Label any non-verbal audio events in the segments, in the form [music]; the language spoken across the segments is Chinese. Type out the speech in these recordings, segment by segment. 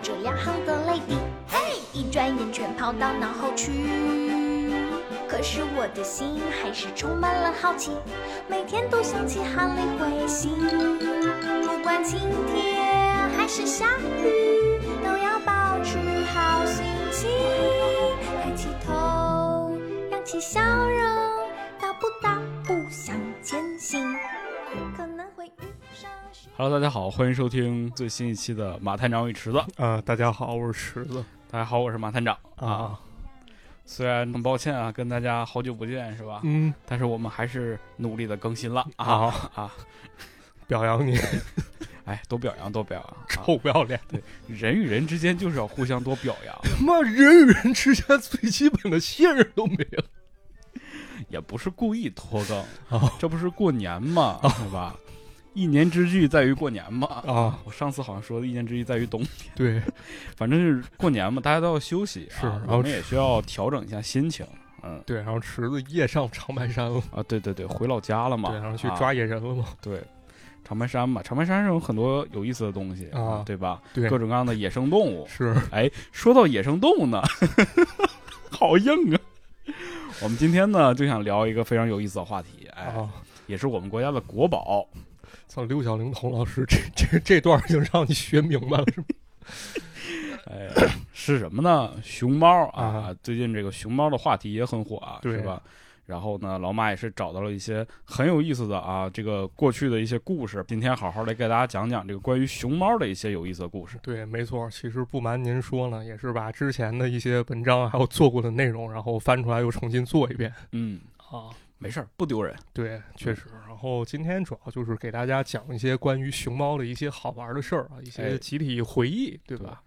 着两行的泪滴，嘿，一转眼全跑到脑后去。可是我的心还是充满了好奇，每天都想起哈雷彗星，不管晴天还是下雨，都要保持好心情。抬起头，扬起笑容，大步大步向前行，可能会遇上许。 Hello，大家好，欢迎收听最新一期的马探长与池子。啊、大家好，我是池子大家好，我是马探长啊，虽然很抱歉啊，跟大家好久不见是吧？嗯，但是我们还是努力的更新了啊好啊！表扬你，哎，多表扬多表扬、啊！臭不要脸！人与人之间就是要互相多表 [laughs] 扬，他妈人与人之间最基本的信任都没有。也不是故意拖更，哦这不是过年嘛，是吧？一年之计在于过年嘛。啊，我上次好像说的一年之计在于冬，对，反正是过年嘛，大家都要休息、啊，是然后我们也需要调整一下心情。嗯对，然后池子夜上长白山了，啊，对对对，回老家了嘛，对，然后去啊抓野人了嘛，对，长白山嘛，长白山上有很多有意思的东西啊对吧？对各，种各样的野生动物。是哎，说到野生动物呢， [laughs] 好硬啊！我们今天呢，就想聊一个非常有意思的话题，哎，啊，也是我们国家的国 [laughs] 宝。操，刘小玲童老师，这这这段已经让你学明白了，是吧？ [laughs] 哎，是什么呢？熊猫啊！啊最近这个熊猫的话题也很火啊，对是吧？然后呢，老马也是找到了一些很有意思的啊，这个过去的一些故事，今天好好来给大家讲讲这个关于熊猫的一些有意思的故事。对，没错。其实不瞒您说呢，也是把之前的一些文章还有做过的内容，然后翻出来又重新做一遍嗯，啊。没事儿，不丢人。对，嗯确实。然后今天主要就是给大家讲一些关于熊猫的一些好玩的事儿啊，一哎些集体回忆，对吧？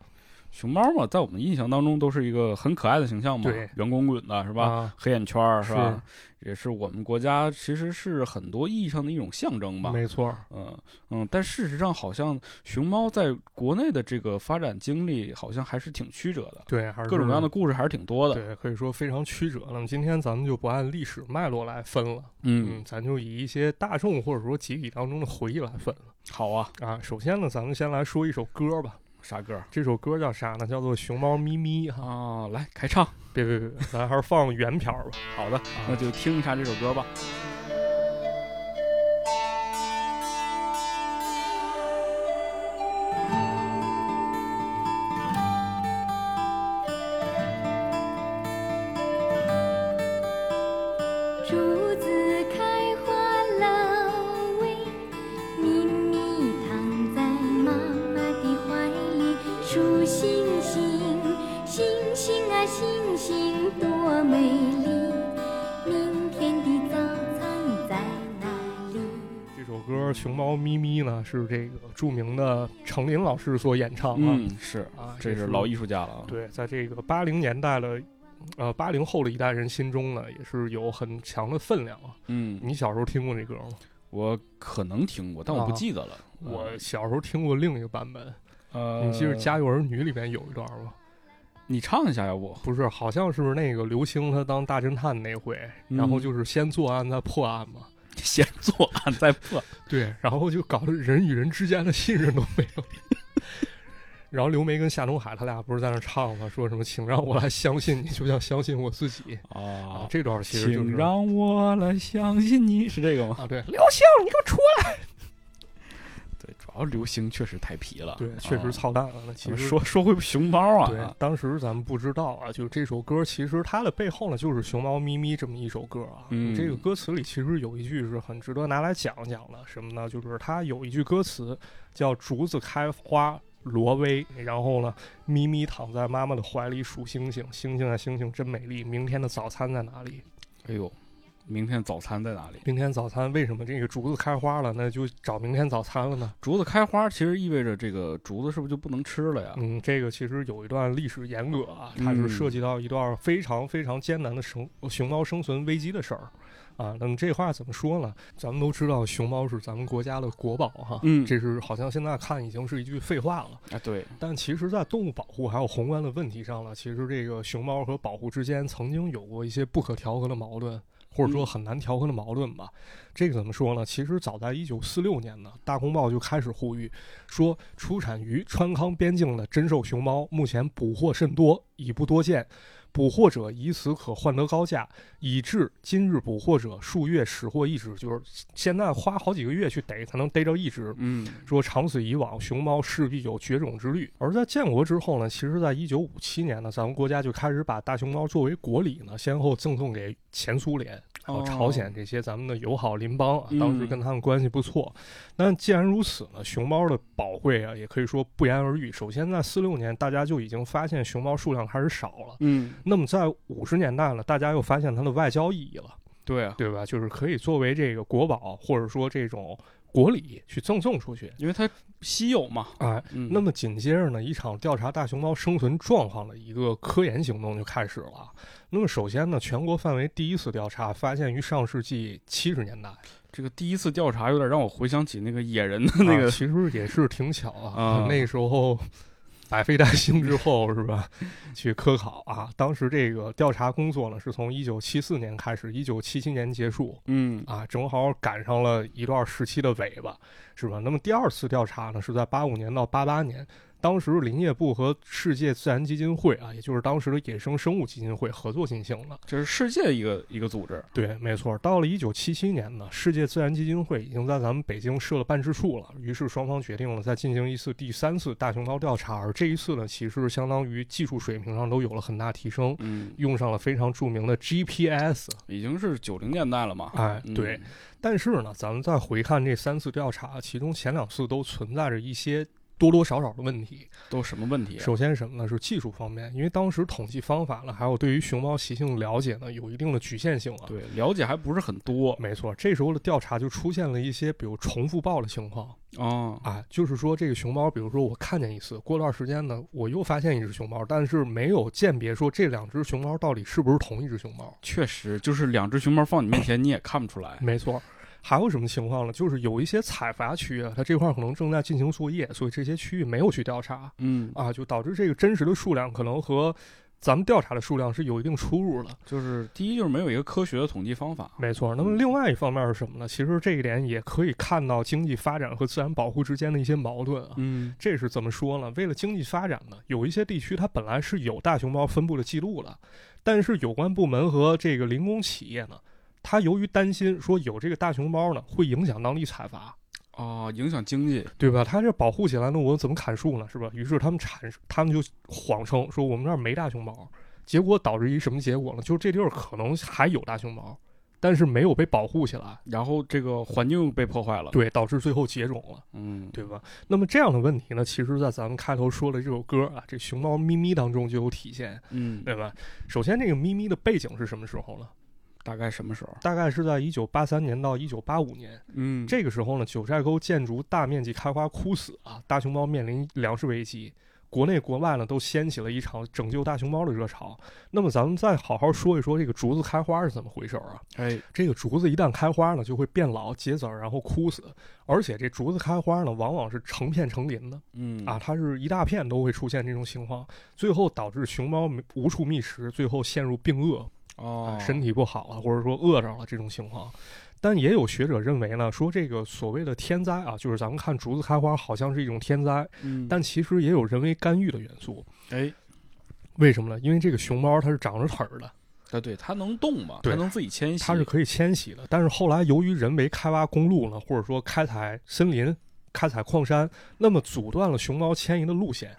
熊猫嘛，在我们印象当中都是一个很可爱的形象嘛对，圆滚滚的是吧？啊，黑眼圈儿是吧？也是我们国家其实是很多意义上的一种象征吧。没错儿，嗯嗯，但事实上好像熊猫在国内的这个发展经历好像还是挺曲折的，对，还是各种各样的故事还是挺多的。对，可以说非常曲折。那么今天咱们就不按历史脉络来分了，嗯，咱就以一些大众或者说集体当中的回忆来分了好啊，啊。首先呢，咱们先来说一首歌吧，傻哥这首歌叫啥呢？叫做《熊猫咪咪》哈。啊，来开唱。别别别，咱还是放原片儿吧。好的，啊那就听一下这首歌吧。竹子开花了喂，咪咪躺在妈妈的怀里数星星，星星啊星星多美丽，明天的早餐在哪里？这首歌《熊猫咪咪》呢，是这个著名的程琳老师所演唱啊。嗯，是，啊，这也是老艺术家了啊。对，在这个八零年代的，呃，八零后的一代人心中呢，也是有很强的分量啊。嗯，你小时候听过这歌吗？啊我可能听过，但我不啊记得了。我小时候听过另一个版本，呃，你记得《家有儿女》里面有一段吗？你唱一下，要不？不是，好像是那个刘星他当大侦探那回，然后嗯就是先作案再破案嘛。 [laughs] 先做案再破。对，然后就搞得人与人之间的信任都没有。 [laughs] 然后刘梅跟夏东海他俩不是在那唱吗？说什么“请让我来相信你，就像相信我自己”啊哦，，这段其实就是请让我来相信你，是这个吗？啊，对，刘星，你给我出来！对， [laughs] 主要刘星确实太皮了，对，确实啊。操蛋了。那咱其们实说 [laughs] 说回熊猫对啊，，当时咱们不知道啊，就这首歌其实它的背后呢，就是《熊猫咪咪》这么一首歌啊。嗯这个歌词里其实有一句是很值得拿来讲讲的，什么呢？就是它有一句歌词叫“竹子开花挪威”，然后呢，咪咪躺在妈妈的怀里数星星，星星啊星星真美丽，明天的早餐在哪里？哎呦，明天早餐在哪里？明天早餐为什么这个竹子开花了，那就找明天早餐了呢？竹子开花，其实意味着这个竹子是不是就不能吃了呀？嗯，这个其实有一段历史严格啊，它是涉及到一段非常非常艰难的生熊猫生存危机的事儿啊。那么这话怎么说呢？咱们都知道熊猫是咱们国家的国宝哈，嗯这是好像现在看已经是一句废话了。啊，对，但其实，在动物保护还有宏观的问题上呢，其实这个熊猫和保护之间曾经有过一些不可调和的矛盾。或者说很难调和的矛盾吧。这个怎么说呢？其实早在一九四六年呢，大公报就开始呼吁说，出产于川康边境的真兽熊猫目前捕获甚多，已不多见。捕获者以此可换得高价，以致今日捕获者数月始获一只，就是现在花好几个月去逮才能逮着一只。嗯说长此以往，熊猫势必有绝种之率。而在建国之后呢，其实在一九五七年呢，咱们国家就开始把大熊猫作为国礼呢，先后赠送给前苏联、还有朝鲜这些咱们的友好邻邦啊，哦嗯当时跟他们关系不错。那既然如此呢，熊猫的宝贵啊，也可以说不言而喻。首先，在四六年，大家就已经发现熊猫数量开始少了。嗯，那么在五十年代呢，大家又发现它的外交意义了。对啊，对吧？就是可以作为这个国宝，或者说这种国礼去赠送出去。因为它稀有嘛。哎，嗯，那么紧接着呢，一场调查大熊猫生存状况的一个科研行动就开始了。那么首先呢，全国范围第一次调查发现于上世纪七十 [laughs] 年代，啊这个第一次调查有点让我回想起那个野人的那啊个，其实也是挺巧啊那 [laughs] 时候百废待兴之后是吧？去科考啊，当时这个调查工作呢是从一九七四年开始，一九七七年结束。嗯啊，正好赶上了一段时期的尾巴，是吧？那么第二次调查呢，是在八五年到八八年，当时林业部和世界自然基金会啊，也就是当时的野生生物基金会合作进行的。这是世界一个一个组织。对，没错。到了一九七七年呢，世界自然基金会已经在咱们北京设了办事处了，于是双方决定了再进行一次第三次大熊猫调查，而这一次呢，其实相当于技术水平上都有了很大提升。嗯，用上了非常著名的 GPS，已经是九零年代了嘛。啊哎，嗯对，，但是呢，咱们再回看这三次调查，其中前两次都存在着一些多多少少的问题。都什么问题啊？首先什么呢？是技术方面，因为当时统计方法呢，还有对于熊猫习性了解呢，有一定的局限性啊。对，了解还不是很多没错，这时候的调查就出现了一些，比如重复报的情况啊。啊，就是说这个熊猫，比如说我看见一次，过段时间呢，我又发现一只熊猫，但是没有鉴别说这两只熊猫到底是不是同一只熊猫。确实，就是两只熊猫放你面前，你也看不出来。没错。还有什么情况呢？就是有一些采伐区啊，它这块儿可能正在进行作业，所以这些区域没有去调查嗯，啊，就导致这个真实的数量可能和咱们调查的数量是有一定出入的。就是第一就是没有一个科学的统计方法。没错。那嗯么另外一方面是什么呢？其实这一点也可以看到经济发展和自然保护之间的一些矛盾啊。嗯这是怎么说呢？为了经济发展呢，有一些地区它本来是有大熊猫分布的记录的，但是有关部门和这个林工企业呢，它由于担心说有这个大熊猫呢会影响当地采伐，嗯哦，影响经济。对吧？他这保护起来，那我怎么砍树呢？是吧？于是他们产，他们就谎称说我们这儿没大熊猫，结果导致一什么结果呢？就是这地儿可能还有大熊猫，但是没有被保护起来，然后这个环境被破坏了。，对，导致最后绝种了，嗯，对吧？那么这样的问题呢，其实在咱们开头说的这首歌啊，这《熊猫咪咪》当中就有体现，嗯，对吧？首先，这个咪咪的背景是什么时候呢？大概什么时候？大概是在一九八三年到一九八五年，嗯这个时候呢，九寨沟建筑大面积开花枯死啊，大熊猫面临粮食危机，国内国外呢都掀起了一场拯救大熊猫的热潮。那么咱们再好好说一说这个竹子开花是怎么回事儿啊？哎，这个竹子一旦开花呢，就会变老、结籽儿，然后枯死，而且这竹子开花呢，往往是成片成林的嗯啊，，它是一大片都会出现这种情况，最后导致熊猫无处觅食，最后陷入病恶，哦啊，，身体不好了，或者说饿着了这种情况。但也有学者认为呢，说这个所谓的天灾啊，就是咱们看竹子开花好像是一种天灾，嗯，但其实也有人为干预的元素。哎，为什么呢？因为这个熊猫它是长着腿儿的，啊，对，它能动嘛？对它能自己迁徙。它是可以迁徙的。但是后来由于人为开挖公路呢，或者说开采森林、开采矿山，那么阻断了熊猫迁移的路线，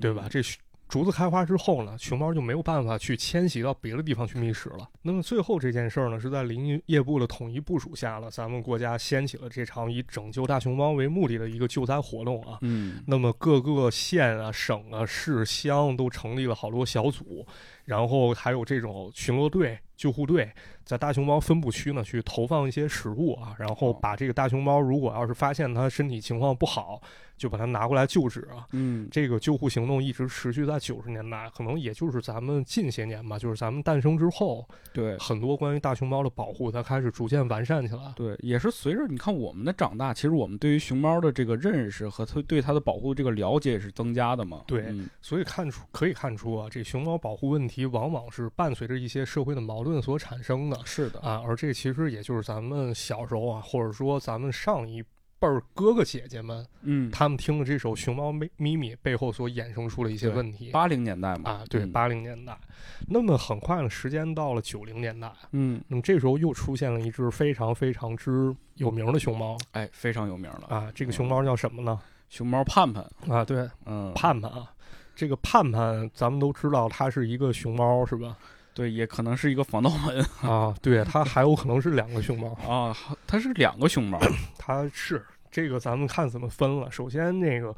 对吧？嗯这熊竹子开花之后呢，熊猫就没有办法去迁徙到别的地方去觅食了。那么最后这件事儿呢，是在林业部的统一部署下呢，咱们国家掀起了这场以拯救大熊猫为目的的一个救灾活动啊。嗯，那么各个县啊、省啊、市乡都成立了好多小组，然后还有这种巡逻队、救护队，在大熊猫分布区呢去投放一些食物啊，然后哦把这个大熊猫如果要是发现它身体情况不好，就把它拿过来救治啊。嗯，这个救护行动一直持续在九十年代，可能也就是咱们近些年吧，就是咱们诞生之后， [laughs] 对很多关于大熊猫的保护才开始逐渐完善起来。对，也是随着你看我们的长大，其实我们对于熊猫的这个认识和它对它的保护这个了解也是增加的嘛。对嗯所以看出可以看出啊，这熊猫保护问题题往往是伴随着一些社会的矛盾所产生的是的，啊，而这其实也就是咱们小时候啊，或者说咱们上一辈儿哥哥姐姐们，嗯，他们听了这首《熊猫咪咪咪》背后所衍生出了一些对问题。八零年代嘛，啊，对，嗯八零年代，那么很快呢，时间到了九零年代，嗯，那么这时候又出现了一只非常非常之有名的熊猫哎，非常有名了，啊，这个熊猫叫什么呢？熊猫盼盼，啊，对，嗯，盼盼啊，这个盼盼咱们都知道它是一个熊猫是 [laughs] 吧？对，也可能是一个防盗门啊，对，它还有可能是两个熊猫，啊，它是两个熊猫，它是这个咱们看怎么分了。首先那个。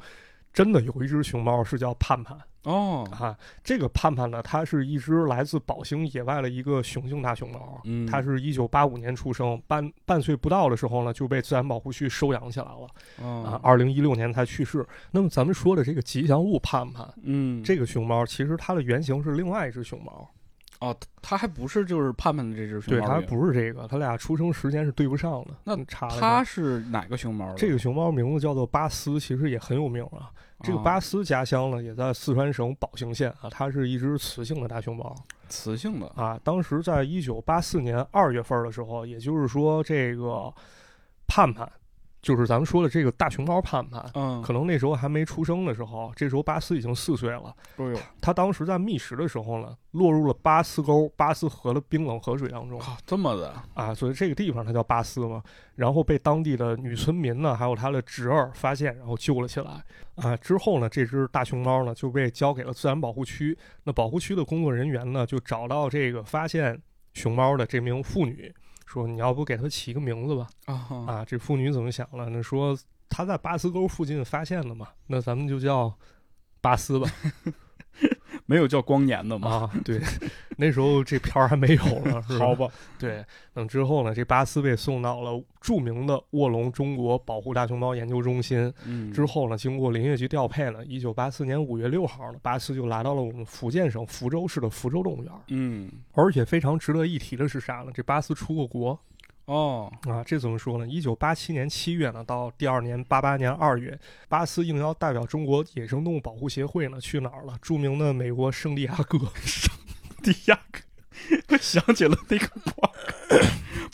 真的有一只熊猫是叫盼盼哦，啊，这个盼盼呢，它是一只来自宝兴野外的一个雄性大熊猫，嗯，它是一九八五年出生，半半岁不到的时候呢，就被自然保护区收养起来了啊啊。，二零一六年才去世。那么咱们说的这个吉祥物盼盼，嗯，这个熊猫其实它的原型是另外一只熊猫，哦，它还不是就是盼盼的这只熊对，猫它的名，不是这个，它俩出生时间是对不上的。那你查了一它下是哪个熊猫的？这个熊猫名字叫做巴斯，其实也很有名啊。这个啊巴斯家乡呢，也在四川省宝兴县啊，它是一只雌性的大熊猫。雌性的，啊，当时在一九八四年二月份的时候，也就是说，这个盼盼，就是咱们说的这个大熊猫盼盼，嗯，可能那时候还没出生的时候，这时候巴斯已经四岁了。都有。他当时在觅食的时候呢，落入了巴斯沟巴斯河的冰冷河水当中靠，这么的，啊，所以这个地方它叫巴斯嘛。然后被当地的女村民呢，还有他的侄儿发现，然后救了起来啊。之后呢，这只大熊猫呢就被交给了自然保护区。那保护区的工作人员呢，就找到这个发现熊猫的这名妇女，说你要不给它起个名字吧？啊啊，这妇女怎么想了呢？说她在巴斯沟附近发现了嘛，那咱们就叫巴斯吧。没有叫光年的吗？啊，对，那时候这片儿还没有了，是好吧，对，等之后呢，这巴斯被送到了著名的卧龙中国保护大熊猫研究中心。嗯，之后呢，经过林业局调配呢，一九八四年五月六号呢，巴斯就来到了我们福建省福州市的福州动物园儿。嗯，而且非常值得一提的是啥呢？这巴斯出过国哦，啊，这怎么说呢？一九八七年七月呢，到第二年八八年二月，巴斯应邀代表中国野生动物保护协会呢，去哪儿了？著名的美国圣地亚哥。地亚哥，我 [laughs] 想起了那个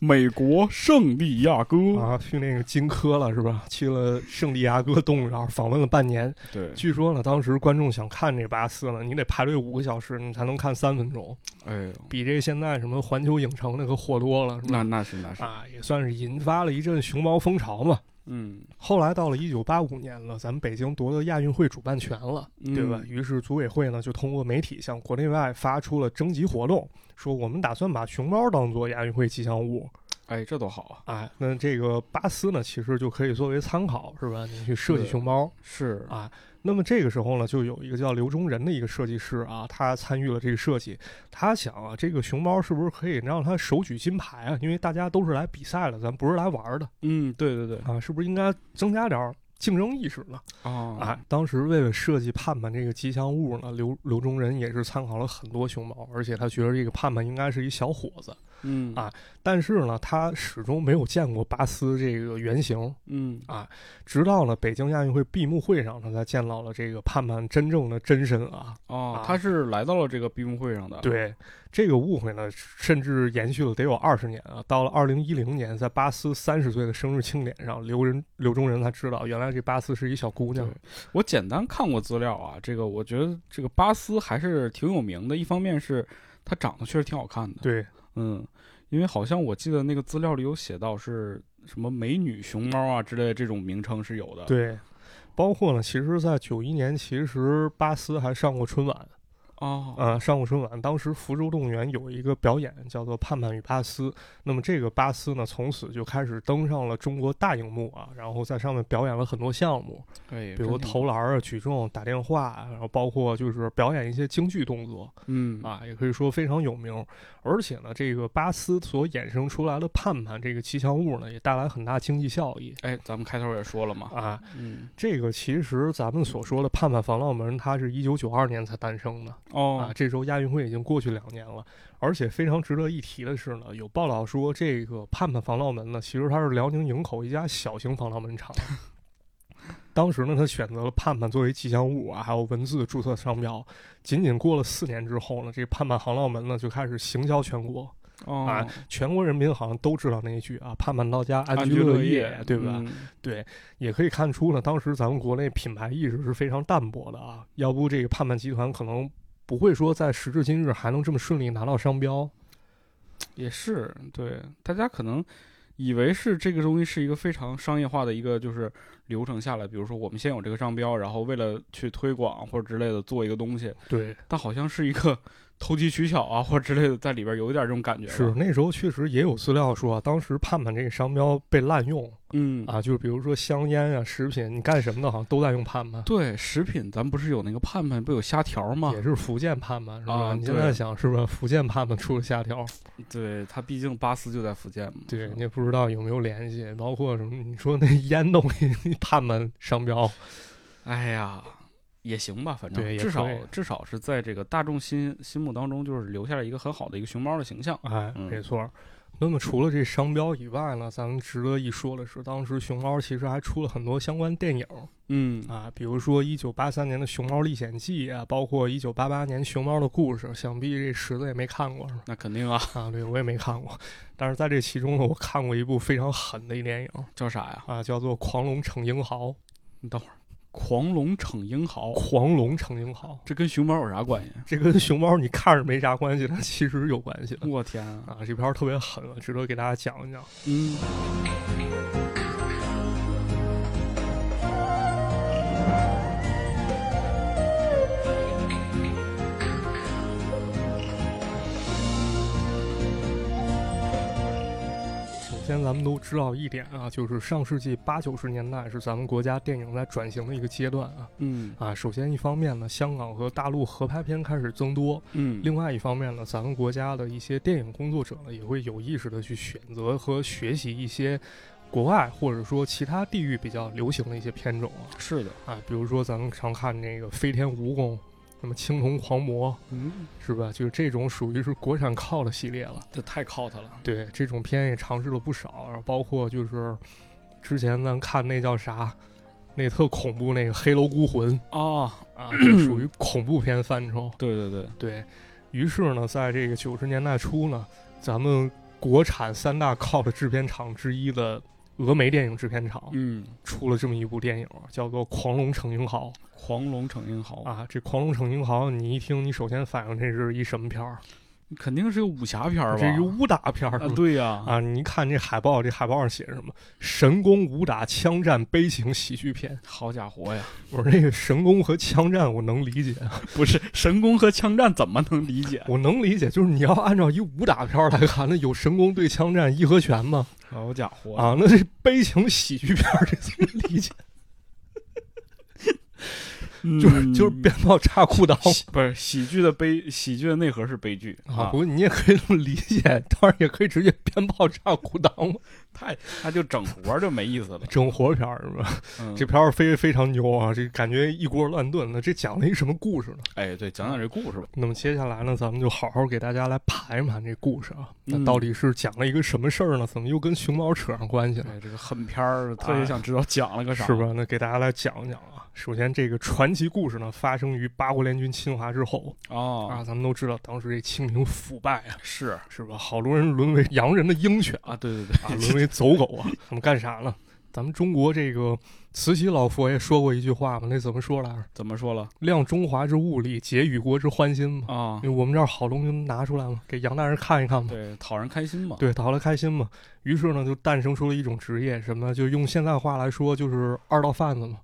美国圣地亚哥，啊，去那个荆轲了是吧？去了圣地亚哥动物园访问了半年。对，据说呢，当时观众想看这巴斯呢，你得排队五个小时，你才能看三分钟，哎呦，比这现在什么环球影城那可火多了，是吧？那那是那是，啊，也算是引发了一阵熊猫风潮嘛。嗯，后来到了一九八五年了，咱们北京夺得亚运会主办权了，对吧？嗯于是组委会呢就通过媒体向国内外发出了征集活动，说我们打算把熊猫当做亚运会吉祥物。哎，这多好啊！哎，那这个巴斯呢，其实就可以作为参考，是吧？你去设计对熊猫。是啊那么这个时候呢，就有一个叫刘忠仁的一个设计师啊，他参与了这个设计。他想啊，这个熊猫是不是可以让它手举金牌啊？因为大家都是来比赛的，咱不是来玩儿的嗯，对对对，啊，是不是应该增加点儿竞争意识呢？啊啊，，当时为了设计盼盼这个吉祥物呢，刘刘忠仁也是参考了很多熊猫，而且他觉得这个盼盼应该是一小伙子，嗯啊但是呢，他始终没有见过巴斯这个原型。嗯，直到了北京亚运会闭幕会上，他才见到了这个盼盼真正的真身啊！哦啊，他是来到了这个闭幕会上的，，对这个误会呢，甚至延续了得有二十年啊！到了二零一零年，在巴斯三十岁的生日庆典上，刘仁刘忠仁才知道，原来这巴斯是一小姑娘对我简单看过资料啊，这个我觉得这个巴斯还是挺有名的，一方面是他长得确实挺好看的，对。嗯，因为好像我记得那个资料里有写到是什么美女熊猫啊之类的这种名称是有的。，对包括呢，其实，在九一年，其实巴斯还上过春晚，哦，啊，上过春晚。当时福州动物园有一个表演叫做《盼盼与巴斯》，那么这个巴斯呢，从此就开始登上了中国大荧幕啊，然后在上面表演了很多项目，对，比如真挺投篮啊、举重、打电话啊，然后包括就是表演一些京剧动作好，嗯啊，也可以说非常有名。而且呢，这个巴斯所衍生出来的盼盼这个吉祥物呢，也带来很大经济效益哎，咱们开头也说了嘛，啊。嗯，这个其实咱们所说的盼盼防盗门，它是一九九二年才诞生的啊哦，，这时候亚运会已经过去两年了。而且非常值得一提的是呢，有报道说这个盼盼防盗门呢，其实它是辽宁营口一家小型防盗门厂。 [laughs] 当时呢，他选择了盼盼作为吉祥物啊，还有文字注册商标。仅仅过了四年之后呢，这盼盼航浪门呢就开始行销全国，哦啊全国人民好像都知道那一句啊“盼盼到家安安居居乐业”，对吧？嗯对，也可以看出呢，当时咱们国内品牌意识是非常淡薄的啊，要不这个盼盼集团可能不会说在时至今日还能这么顺利拿到商标。也是，对，大家可能以为是这个东西是一个非常商业化的一个就是流程下来，比如说我们先有这个商标，然后为了去推广或者之类的做一个东西，对，但好像是一个 [laughs] 投机取巧啊或者之类的，在里边有一点这种感觉。是，那时候确实也有资料说啊，当时盼盼这个商标被滥用嗯啊，就是比如说香烟啊、食品，你干什么的，好像都在用盼盼。对，食品咱不是有那个盼盼不有虾条吗也？是福建盼盼是吧？啊你现对在想是不是福建盼盼出了虾条？对，它毕竟巴斯就在福建嘛。对，是吧你也不知道有没有联系，包括什么你说那烟东西盼盼商标，哎呀，也行吧，反正对也至少可以至少是在这个大众心心目当中，就是留下了一个很好的一个熊猫的形象。哎，嗯没错儿。那么除了这商标以外呢，咱们值得一说的是，当时熊猫其实还出了很多相关电影嗯啊，比如说一九八三年的《熊猫历险记》啊，包括一九八八年《熊猫的故事》，想必这池子也没看过是吧？那肯定 [laughs] 啊，啊，对我也没看过，但是在这其中呢，我看过一部非常狠的一电影叫啥呀？啊，叫做《狂龙逞英豪》，你等会儿，狂龙逞英豪，狂龙逞英豪。这跟熊猫有啥关系？这跟熊猫你看着没啥关系，但其实有关系的 [laughs] 我天啊！啊！这片儿特别狠，值得给大家讲一讲。嗯，首先，咱们都知道一点啊，就是上世纪八九十年代是咱们国家电影在转型的一个阶段啊嗯啊！首先，一方面呢，香港和大陆合拍片开始增多；嗯，另外一方面呢，咱们国家的一些电影工作者呢，也会有意识的去选择和学习一些国外或者说其他地域比较流行的一些片种啊。是的，啊，比如说咱们常看那个《飞天蜈蚣》，什么《青铜狂魔嗯，》，是吧？就是这种属于是国产靠的系列了。这太靠它了。对，这种片也尝试了不少，然后包括就是之前咱看那叫啥，那特恐怖那个《黑楼孤魂哦，》 [clears throat] 啊，这属于恐怖片范畴。对对对，对于是呢，在这个九十年代初呢，咱们国产三大靠的制片厂之一的峨眉电影制片厂嗯，出了这么一部电影，叫做《狂龙逞英豪》。狂龙逞英豪，啊，这《狂龙逞英豪》，你一听，你首先反应这是一什么片儿？肯定是个武侠片儿吧？这一武打片儿、啊，对呀，啊！你一看这海报，这海报上写着什么？神功、武打、枪战、悲情、喜剧片。好家伙呀，我说这个神功和枪战，我能理解， [laughs] 不是神功和枪战怎么能理解？我能理解。就是你要按照一武打片儿来看，那有神功对枪战一合拳吗？好家伙啊，那这悲情喜剧片儿这怎么理解？就是就是嗯鞭炮插裤裆喜不是喜剧的悲，喜剧的内核是悲剧啊！不过你也可以这么理解，当然也可以直接鞭炮插裤裆嘛，太他就整活儿就没意思 [laughs] 了。整活片儿是吧？嗯这片儿非非常牛啊，这感觉一锅乱炖的。这讲了一什么故事呢？哎，对，讲讲这故事吧。那么接下来呢，咱们就好好给大家来盘一盘这故事啊，嗯那到底是讲了一个什么事儿呢？怎么又跟熊猫扯上关系了？对这个狠片儿，特别想知道讲了个啥。是吧？那给大家来讲一讲啊。首先，这个传奇故事呢，发生于八国联军侵华之后啊。哦，咱们都知道，当时这清廷腐败啊，是是吧？好多人沦为 [laughs] 洋人的鹰犬啊，对对对，啊，沦为走狗啊。他们干啥呢？咱们中国这个慈禧老佛爷说过一句话嘛，那怎么说来着？怎么说了量中华之物力，解与国之欢心嘛。啊？因为我们这儿好东西拿出来嘛，给洋大人看一看嘛，对，讨人开心嘛。对，讨了开心嘛。于是呢，就诞生出了一种职业，什么就用现在话来说，就是二道贩子嘛。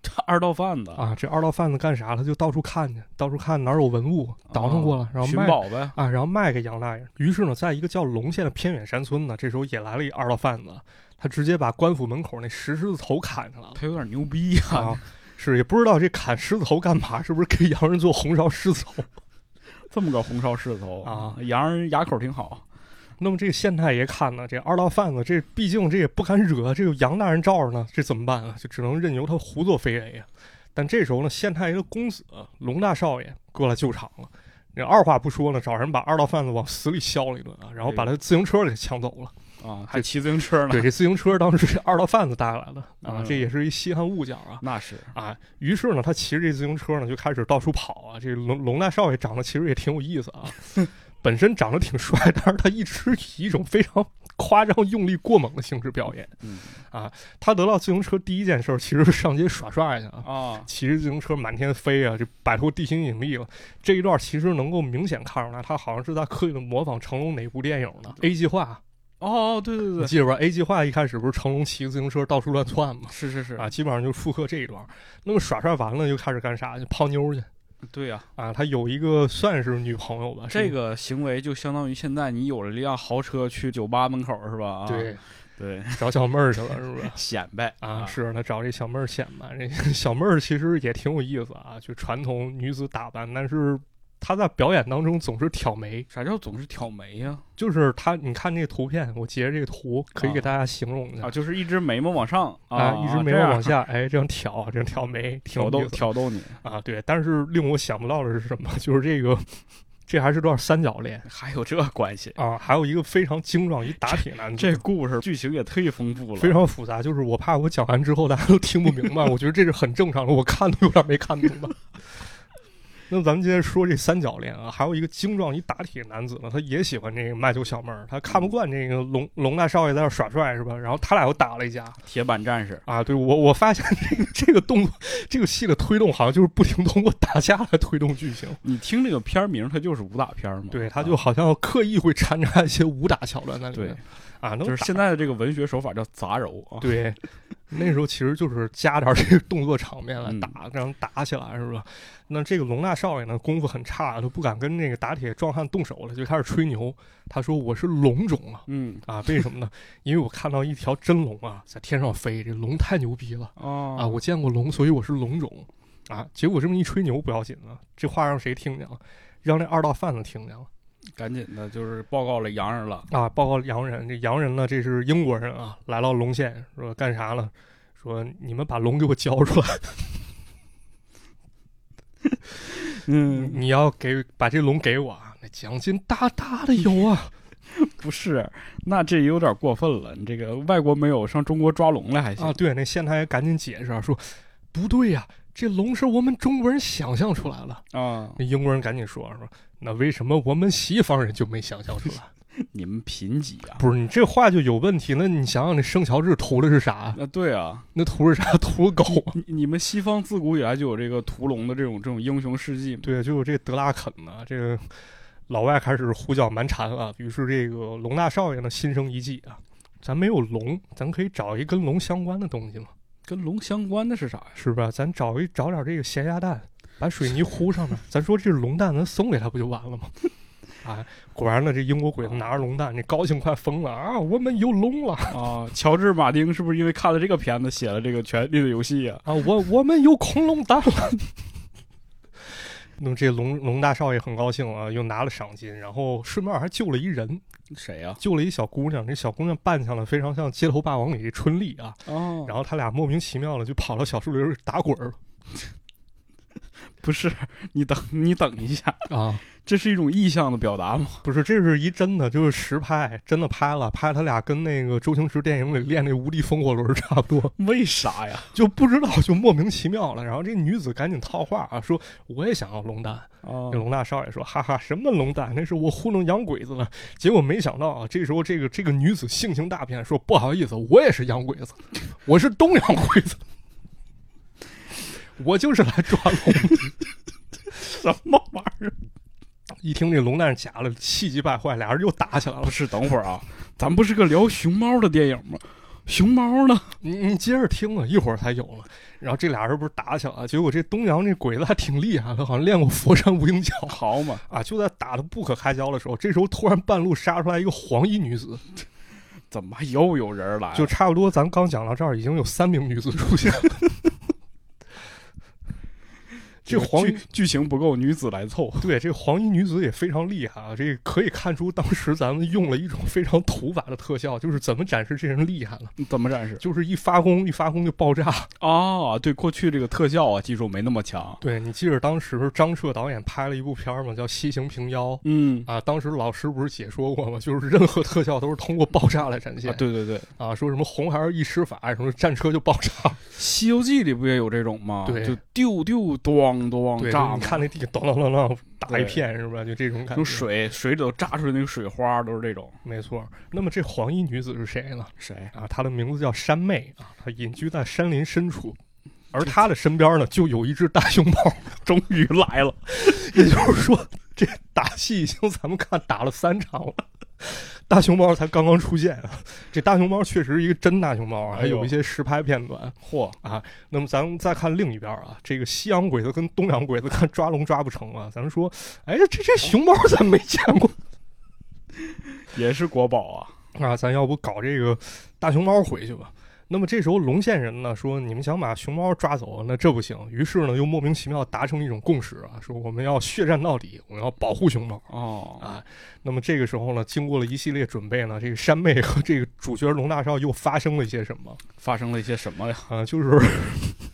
这二道贩子，啊，这二道贩子干啥了？就到处看去，到处看哪儿有文物，倒腾过来，然后寻卖。宝呗。啊，然后卖给洋大人。于是呢，在一个叫龙县的偏远山村呢，这时候也来了一二道贩子，他直接把官府门口那石狮子头 [laughs] 砍下来了。他有点牛逼呀！啊，是也不知道这砍狮子头干嘛，是不是给洋人做红烧狮子头？这么个红烧狮头啊，洋人牙口挺好。那么这个县太爷看呢，这二道贩子，这毕竟这也不敢惹，这有杨大人罩着呢，这怎么办啊？就只能任由他胡作非为呀。但这时候呢，县太爷的公子龙大少爷过来救场了，这二话不说呢，找人把二道贩子往死里削了一顿啊，然后把他自行车给抢走了。啊，还骑自行车呢。对，这自行车当时是二道贩子带来的啊，嗯这也是一稀罕物件啊。那是啊，于是呢，他骑着这自行车呢，就开始到处跑啊。这龙龙大少爷长得其实也挺有 [laughs] 意思啊，本身长得挺帅，但是他一直以一种非常夸张、用力过猛的形式表演。嗯他得到自行车第一件事儿，其实是上街耍帅去啊，啊，骑着自行车满天飞啊，这摆脱地心引力了。这一段其实能够明显看出来，他好像是在刻意的模仿成龙哪部电影呢？A 计划，啊哦，哦对对你 [laughs] 对，记着吧？A 计划一开始不是成龙骑自行车到处乱窜吗？是是是，啊，基本上就复刻这一段。那么耍帅完了，就开始干啥？就泡妞去。对呀，啊，他有一个算是女朋友吧，是这个行为就相当于现在你有了一辆豪车去酒吧门口是吧？啊，对对， [laughs] 找小妹儿去了，是不是？显摆啊，是他找这小妹儿显摆，这小妹儿其实也挺有意思啊，就传统女子打扮，但是她在表演当中总是挑眉，啥叫总是挑眉呀？就是她，你看这图片，我截这个图可以给啊大家形容一下啊，就是一只眉毛往上啊，一直眉毛这样往下，哎，这样挑，这样挑眉，挺挑有意逗思挑逗你，啊，对，但是令我想不到的是什么， [laughs] 就是这个，这还是段三角恋还有这关系？啊，还有一个非常精壮一打铁男子，这故事剧情也忒丰富了，嗯非常复杂，就是我怕我讲完之后大家都听不明白，我觉得这是很正常的，我看都有点没看明白。 [laughs] 那咱们今天说这三角恋啊，还有一个精壮一打铁男子呢，他也喜欢这个卖酒小妹儿，他看不惯这个龙龙大少爷在那耍帅是吧？然后他俩又打了一架铁板战士。啊！对我我发现这个这个动作这个戏的推动好像就是不停通过打架来推动剧情，你听这个片儿名，它就是武打片儿嘛。对，他啊就好像刻意会掺杂一些武打桥段在里面对，啊，那就是现在的这个文学手法叫杂糅 [laughs] 啊。对，那时候其实就是加点儿这个动作场面来嗯打，让人打起来，是吧？那这个龙大少爷呢，功夫很差，都不敢跟那个打铁壮汉动手了，就开始吹牛。他说：“我是龙种啊！”嗯，啊，为什么呢？因为我看到一条真龙啊，在天上飞，这龙太牛逼了哦啊！我见过龙，所以我是龙种啊。结果这么一吹牛不要紧了，这话让谁听见了？让那二道贩子听见了赶紧的，就是报告了洋人了。啊！报告洋人，这洋人呢，这是英国人啊，来到龙县说干啥了？说你们把龙给我交出来。你嗯，你要给把这龙给我啊，那奖金大大的有啊！不是，那这有点过分了。你这个外国没有，上中国抓龙来 [laughs] 还行啊，对，那县太爷赶紧解释啊，说不对呀、这龙是我们中国人想象出来了。啊？那英国人赶紧说说，那为什么我们西方人就没想象出来？ [laughs] 你们贫瘠啊？不是你这话就有问题。那你想想，那生乔治图的是啥？啊，对啊，那图是啥？图狗。啊你你们西方自古以来就有这个屠龙的这种这种英雄事迹嘛。对，就有这德拉肯呢，这个老外开始胡搅蛮缠啊。于是这个龙大少爷呢心生一计啊，咱没有龙，咱可以找一跟龙相关的东西嘛。跟龙相关的是啥呀？是吧？咱找一找点这个咸鸭蛋，把水泥糊上面，咱说这是龙蛋，咱送给他不就完了吗？ [laughs] 啊，果然呢，这英国鬼子拿着龙蛋，这高兴快疯了啊！我们有龙了 [laughs] 啊，乔治·马丁是不是因为看了这个片子写了这个《权力的游戏》啊？啊！我我们有恐龙蛋了。 [laughs] 那么这龙龙大少爷很高兴啊，又拿了赏金，然后顺便还救了一人，谁呀、救了一小姑娘。这小姑娘扮相了非常像《街头霸王》里的春丽啊，哦然后他俩莫名其妙的就跑到小树林儿打滚儿不是，你等你等一下，了啊。这是一种意象的表达吗？不是，这是一真的，就是实拍，真的拍了，拍他俩跟那个周星驰电影里练那无敌风火轮差不多，为啥呀？就不知道就莫名其妙了。然后这女子赶紧套话啊，说我也想要龙蛋。啊这龙大少爷说，哈哈，什么龙蛋？那是我糊弄洋鬼子了。结果没想到啊，这时候这个这个女子性情大变，说不好意思，我也是洋鬼子，我是东洋鬼子，我就是来抓龙的。什么玩意儿？一听这龙蛋是假的，气急败坏，俩人又打起来了不。是，等会儿啊，咱不是个聊熊猫的电影吗？熊猫呢？你你接着听啊，一会儿才有了。然后这俩人不是打起来了，结果这东阳这鬼子还挺厉害的，好像练过佛山无影脚好嘛，啊。就在打得不可开交的时候，这时候突然半路杀出来一个黄衣女子，怎么又有人来了？就差不多 [laughs] 咱刚讲到这儿，已经有三名女子出现了。这黄剧剧情不够，女子来凑。 [laughs] 对，这个黄衣女子也非常厉害啊！这可以看出当时咱们用了一种非常土法的特效，就是怎么展示这人厉害了，怎么展示？就是一发功一发功就爆炸。哦，对，过去这个特效啊技术没那么强。对你记得当时张彻导演拍了一部片儿嘛，叫《西行平妖》嗯啊，当时老师不是解说过吗？就是任何特效都是通过爆炸来展现。啊，对对对，《啊，说什么红孩儿一施法，什么战车就爆炸。西游记》里不也有这种吗？对就丢丢咣咣对，炸就嘛，你看那地咣啷啷啷打对一片是吧？就这种感觉。有水水里头炸出来那个水花，都是这种。没错。那么这黄衣女子是谁呢？谁？啊，她的名字叫山妹啊，她隐居在山林深处，而她的身边呢，就有一只大熊猫，终于来了！也就是说，这打戏已经咱们看打了三场了。大熊猫才刚刚出现啊，这大熊猫确实是一个真大熊猫啊，还哎有呦一些实拍片段。啊嚯，那么咱们再看另一边啊，这个西洋鬼子跟东洋鬼子看抓龙抓不成啊，咱们说，哎，这这熊猫咱没见过也是国宝啊！啊，咱要不搞这个大熊猫回去吧？那么这时候龙县人呢说，你们想把熊猫抓走，那这不行。于是呢，又莫名其妙达成一种共识啊，说我们要血战到底，我们要保护熊猫。哦，啊，那么这个时候呢，经过了一系列准备呢，这个山妹和这个主角龙大少又发生了一些什么发生了一些什么呀？啊？就是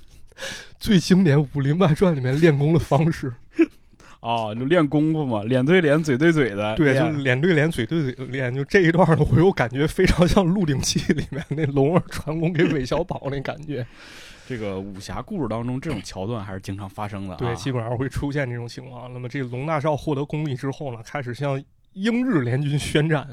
[laughs] 最经典《武林外传》里面练功的方式，哦，就练功夫嘛，脸对脸，嘴对嘴的。哎对，就练是脸对脸、嘴对嘴练。就这一段呢，我又感觉非常像《鹿鼎记》里面那龙儿传功给韦小宝那感觉。这个武侠故事当中，这种桥段还是经常发生的、啊。对，基本上会出现这种情况。那么这龙大少获得功力之后呢，开始向英日联军宣战。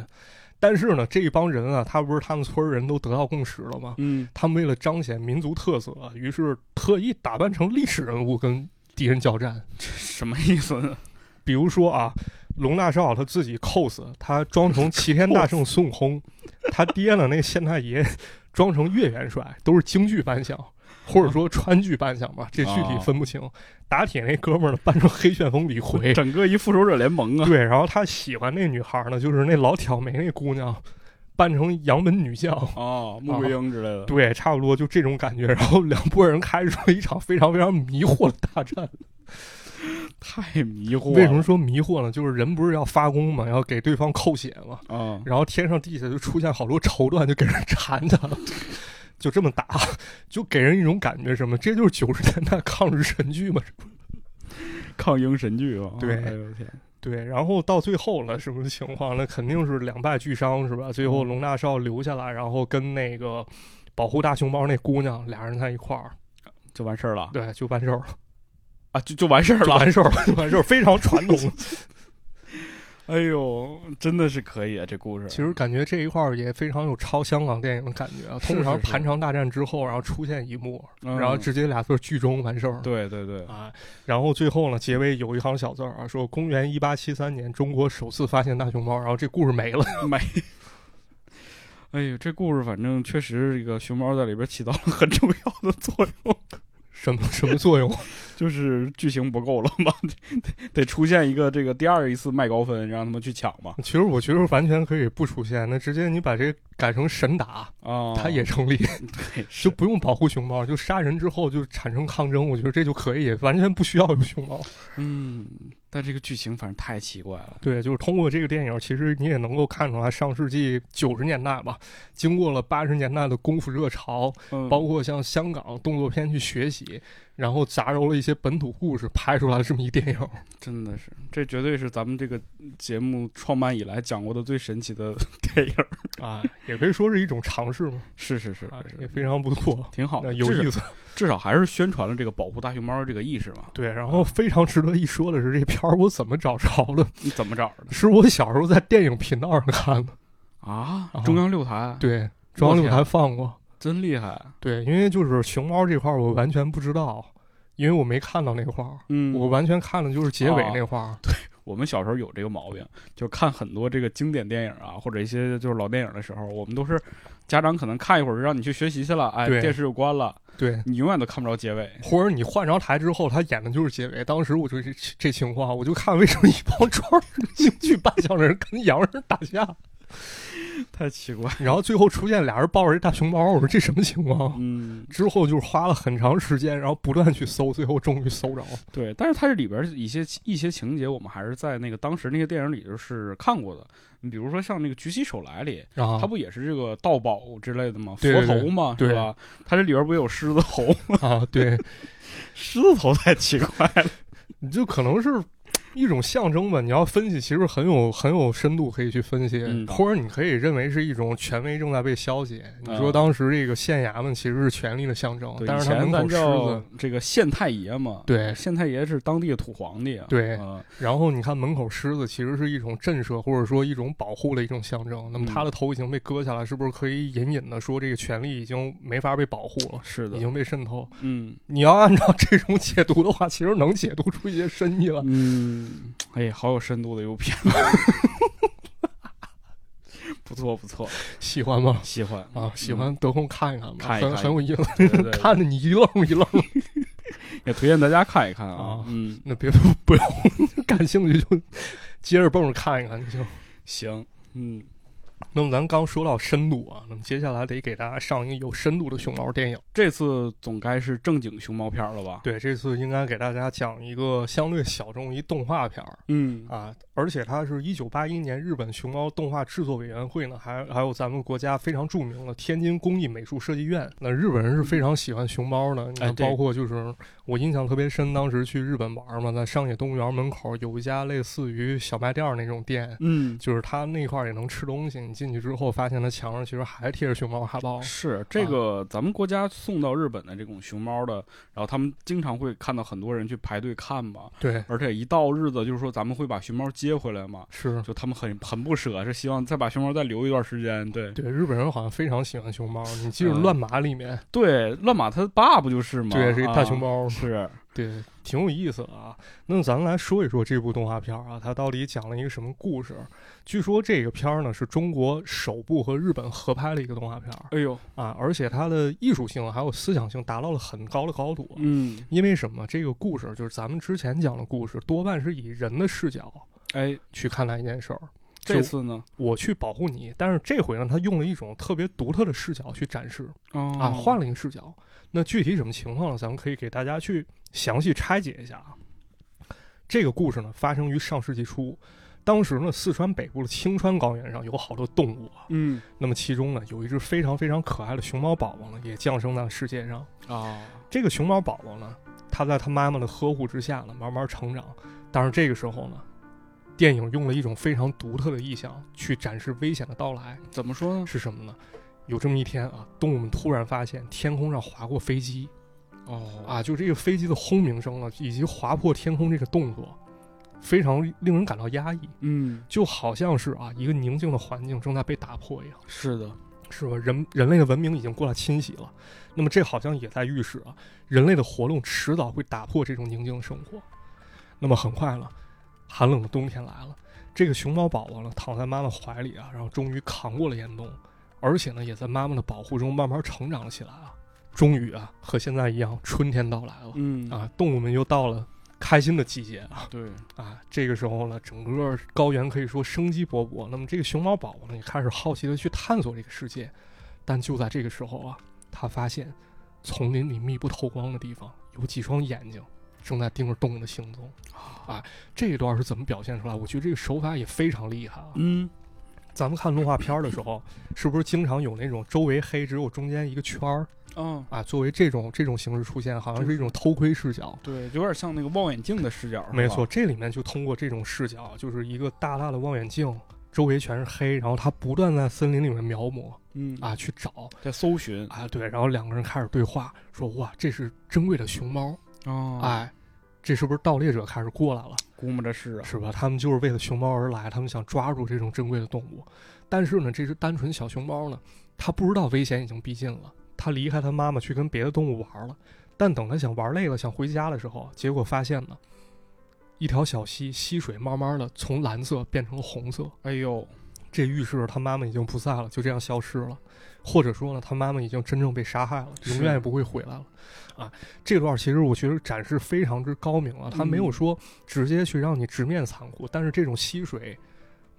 但是呢，这一帮人啊，他不是他们村儿人都得到共识了吗？嗯，他们为了彰显民族特色，于是特意打扮成历史人物跟敌人交战。什么意思呢？比如说啊，龙大少他自己 cos，他装成齐天大圣孙悟空，他爹呢那个县太爷装成岳元帅，都是京剧扮相，或者说川剧扮相吧，这具体分不清。打铁那哥们儿呢扮成黑旋风李 [laughs] 逵，整个一复仇者联盟啊！对，然后他喜欢那女孩呢，就是那老挑眉那姑娘，扮成杨门女将。哦，穆桂英之类的。对，差不多就这种感觉。然后两拨人开始了一场非常非常迷惑的大战。太迷惑了。为什么说迷惑呢？就是人不是要发功嘛，要给对方扣血嘛，啊？然后天上地下就出现好多绸缎，就给人缠着了。就这么打， [laughs] 就给人一种感觉什么？这就是九十年代抗日神剧嘛。抗英神剧啊！对哎呦我天，对，然后到最后了，什么情况？那肯定是两败俱伤，是吧？最后龙大少留下来，然后跟那个保护大熊猫那姑娘俩人在一块儿，就完事儿了对，就完事儿了，啊！就就完事儿就了。完事儿了，就完事儿，非常 [laughs] 传统。哎呦，真的是可以啊，这故事。其实感觉这一块儿也非常有超香港电影的感觉啊。是是通常是盘长大战之后，然后出现一幕，嗯然后直接俩字儿剧终完事儿。对对对，啊，然后最后呢，结尾有一行小字儿啊，说公元一八七三年中国首次发现大熊猫，然后这故事没了。没。哎呦，这故事反正确实，这个熊猫在里边起到了很重要的作用， [laughs] 什么什么作用？ [laughs] 就是剧情不够了嘛， [laughs] 得得出现一个这个第二一次卖高分，让他们去抢嘛。其实我觉得完全可以不出现，那直接你把这改成神打，啊、它也成立，对就不用保护熊猫，就杀人之后就产生抗争，我觉得这就可以，完全不需要有熊猫。 [laughs] 嗯，但这个剧情反正太奇怪了。对，就是通过这个电影，其实你也能够看出来，上世纪九十年代吧，经过了八十年代的功夫热潮，嗯，包括像香港动作片去学习，然后杂糅了一些本土故事，拍出来了这么 [laughs] 一电影。真的是，这绝对是咱们这个节目创办以来讲过的最神奇的 [laughs] 电影儿。啊，也可以说是一种尝试嘛，是是是，啊，是也非常不错，挺好那的，有至少 [laughs] 意思。至少还是宣传了这个保护大熊猫这个意识嘛。 [laughs] 对，然后非常值得一说的是，这片儿我怎么找着的？你怎么找的是我小时候在电影频道上看的，啊啊？中央六台，，对，中央我六天台放过。真厉害。对，因为就是熊猫这块儿我完全不知道，因为我没看到那块儿。嗯我我完全看的就是结尾哦那块儿，我们小时候有这个毛病，就看很多这个经典电影啊，或者一些就是老电影的时候，我们都是家长可能看一会儿让你去学习去了，哎，对电视就关了，对，你永远都看不着结尾。或者你换着台之后，他演的就是结尾。当时我就这这情况，我就看为什么一帮装京剧扮相的人跟洋人打架， [laughs] 太奇怪。然后最后出现俩人抱着一大熊猫，我说这什么情况？嗯，之后就是花了很长时间，然后不断去搜，最后终于搜着了。对，但是它这里边儿一些一些情节，我们还是在那个当时那些电影里就是看过的。你比如说像那个《举起手来》里，然后它不也是这个盗宝之类的吗？啊对对佛对头嘛，对是吧？它这里边儿不也有狮子头 [laughs] 吗？啊，对，狮子头太奇怪了。你就可能是一种象征吧。你要分析，其实很有很有深度可以去分析，嗯或者你可以认为是一种权威正在被消解。你说啊当时这个县衙门其实是权力的象征，对，但以是他前门口咱狮叫子，这个县太爷嘛，对县太爷是当地的土皇帝啊。对嗯然后你看门口狮子其实是一种震慑或者说一种保护的一种象征。那么嗯他的头已经被割下来，是不是可以隐隐的说这个权力已经没法被保护了？是已的，经被渗透，嗯你要按照这种解读的话，其实能解读出一些深意了。嗯，哎，好有深度的一部片， [laughs] 不错不错，喜欢吗？喜欢啊，喜欢得空看一看吧，嗯看一很看很有意 [laughs] 思，对对对 [laughs] 看着你一愣一愣。也推荐大家看一看啊啊。嗯，那别不用， [laughs] 感兴趣就接着蹦着看一看就行。行，嗯，那么咱刚说到深度啊，那么接下来得给大家上一个有深度的熊猫电影。这次总该是正经熊猫片儿了吧？对，这次应该给大家讲一个相对小众一动画片儿嗯啊，而且它是一九八一年日本熊猫动画制作委员会呢，还还有咱们国家非常著名的天津工艺美术设计院。那日本人是非常喜欢熊猫的，你看哎对包括就是我印象特别深，当时去日本玩嘛，在上野动物园门口有一家类似于小卖店儿那种店。嗯，就是它那块儿也能吃东西，你进去之后发现它墙上其实还贴着熊猫海报。是这个咱们国家送到日本的这种熊猫的，然后他们经常会看到很多人去排队看嘛，对，而且一到日子就是说咱们会把熊猫接回来嘛，是，就他们很很不舍，是希望再把熊猫再留一段时间。对对，日本人好像非常喜欢熊猫。你记住《嗯乱马》里面，对，乱马他爸不就是吗？对，是一大熊猫。猫。是，啊对，挺有意思的啊。那咱们来说一说这部动画片儿啊，它到底讲了一个什么故事？据说这个片儿呢是中国首部和日本合拍的一个动画片儿哎呦，啊，而且它的艺术性还有思想性达到了很高的高度。啊嗯，因为什么？这个故事就是咱们之前讲的故事，多半是以人的视角哎，去看待一件事儿。这次呢，我去保护你，但是这回呢，他用了一种特别独特的视角去展示啊，啊换了一个视角。那具体什么情况呢？咱们可以给大家去详细拆解一下啊。这个故事呢，发生于上世纪初，当时呢，四川北部的青川高原上有好多动物啊，嗯那么其中呢，有一只非常非常可爱的熊猫宝宝呢，也降生在了世界上。啊，这个熊猫宝宝呢，它在它妈妈的呵护之下呢，慢慢成长。但是这个时候呢，电影用了一种非常独特的意象去展示危险的到来，怎么说呢？是什么呢？有这么一天啊，动物们突然发现天空上划过飞机哦啊，就这个飞机的轰鸣声呢，啊以及划破天空这个动作，非常令人感到压抑，嗯，就好像是啊一个宁静的环境正在被打破一样。是的，是吧？人人类的文明已经过来侵袭了，那么这好像也在预示啊，人类的活动迟早会打破这种宁静的生活。那么很快了，寒冷的冬天来了，这个熊猫宝宝呢躺在妈妈怀里啊，然后终于扛过了严冬，而且呢也在妈妈的保护中慢慢成长了起来啊。终于啊，和现在一样，春天到来了、嗯，啊，动物们又到了开心的季节啊。对，啊，这个时候呢，整个高原可以说生机勃勃。那么这个熊猫宝宝呢，也开始好奇的去探索这个世界。但就在这个时候啊，他发现丛林里密不透光的地方有几双眼睛正在盯着动物的行踪。啊，这一段是怎么表现出来？我觉得这个手法也非常厉害啊。嗯，咱们看动画片儿的时候，是不是经常有那种周围黑，只有中间一个圈儿哦，啊？作为这种这种形式出现，好像是一种偷窥视角。对，有点像那个望远镜的视角，是没吧错，，这里面就通过这种视角，就是一个大大的望远镜，周围全是黑，然后他不断在森林里面描摹嗯啊，，去找在搜寻啊，对，然后两个人开始对话，说哇，这是珍贵的熊猫，哦，哎，这是不是盗猎者开始过来了，估摸着是啊，是吧？他们就是为了熊猫而来，他们想抓住这种珍贵的动物，但是呢，这只单纯小熊猫呢，它不知道危险已经逼近了，它离开它妈妈去跟别的动物玩了，但等它想玩累了想回家的时候，结果发现呢。一条小溪，溪水慢慢的从蓝色变成了红色，哎呦，这预示着他妈妈已经不在了，就这样消失了，或者说呢，他妈妈已经真正被杀害了，是永远也不会回来了。啊，这段其实我觉得展示非啊常之高明了，他没有嗯说直接去让你直面残酷，但是这种溪水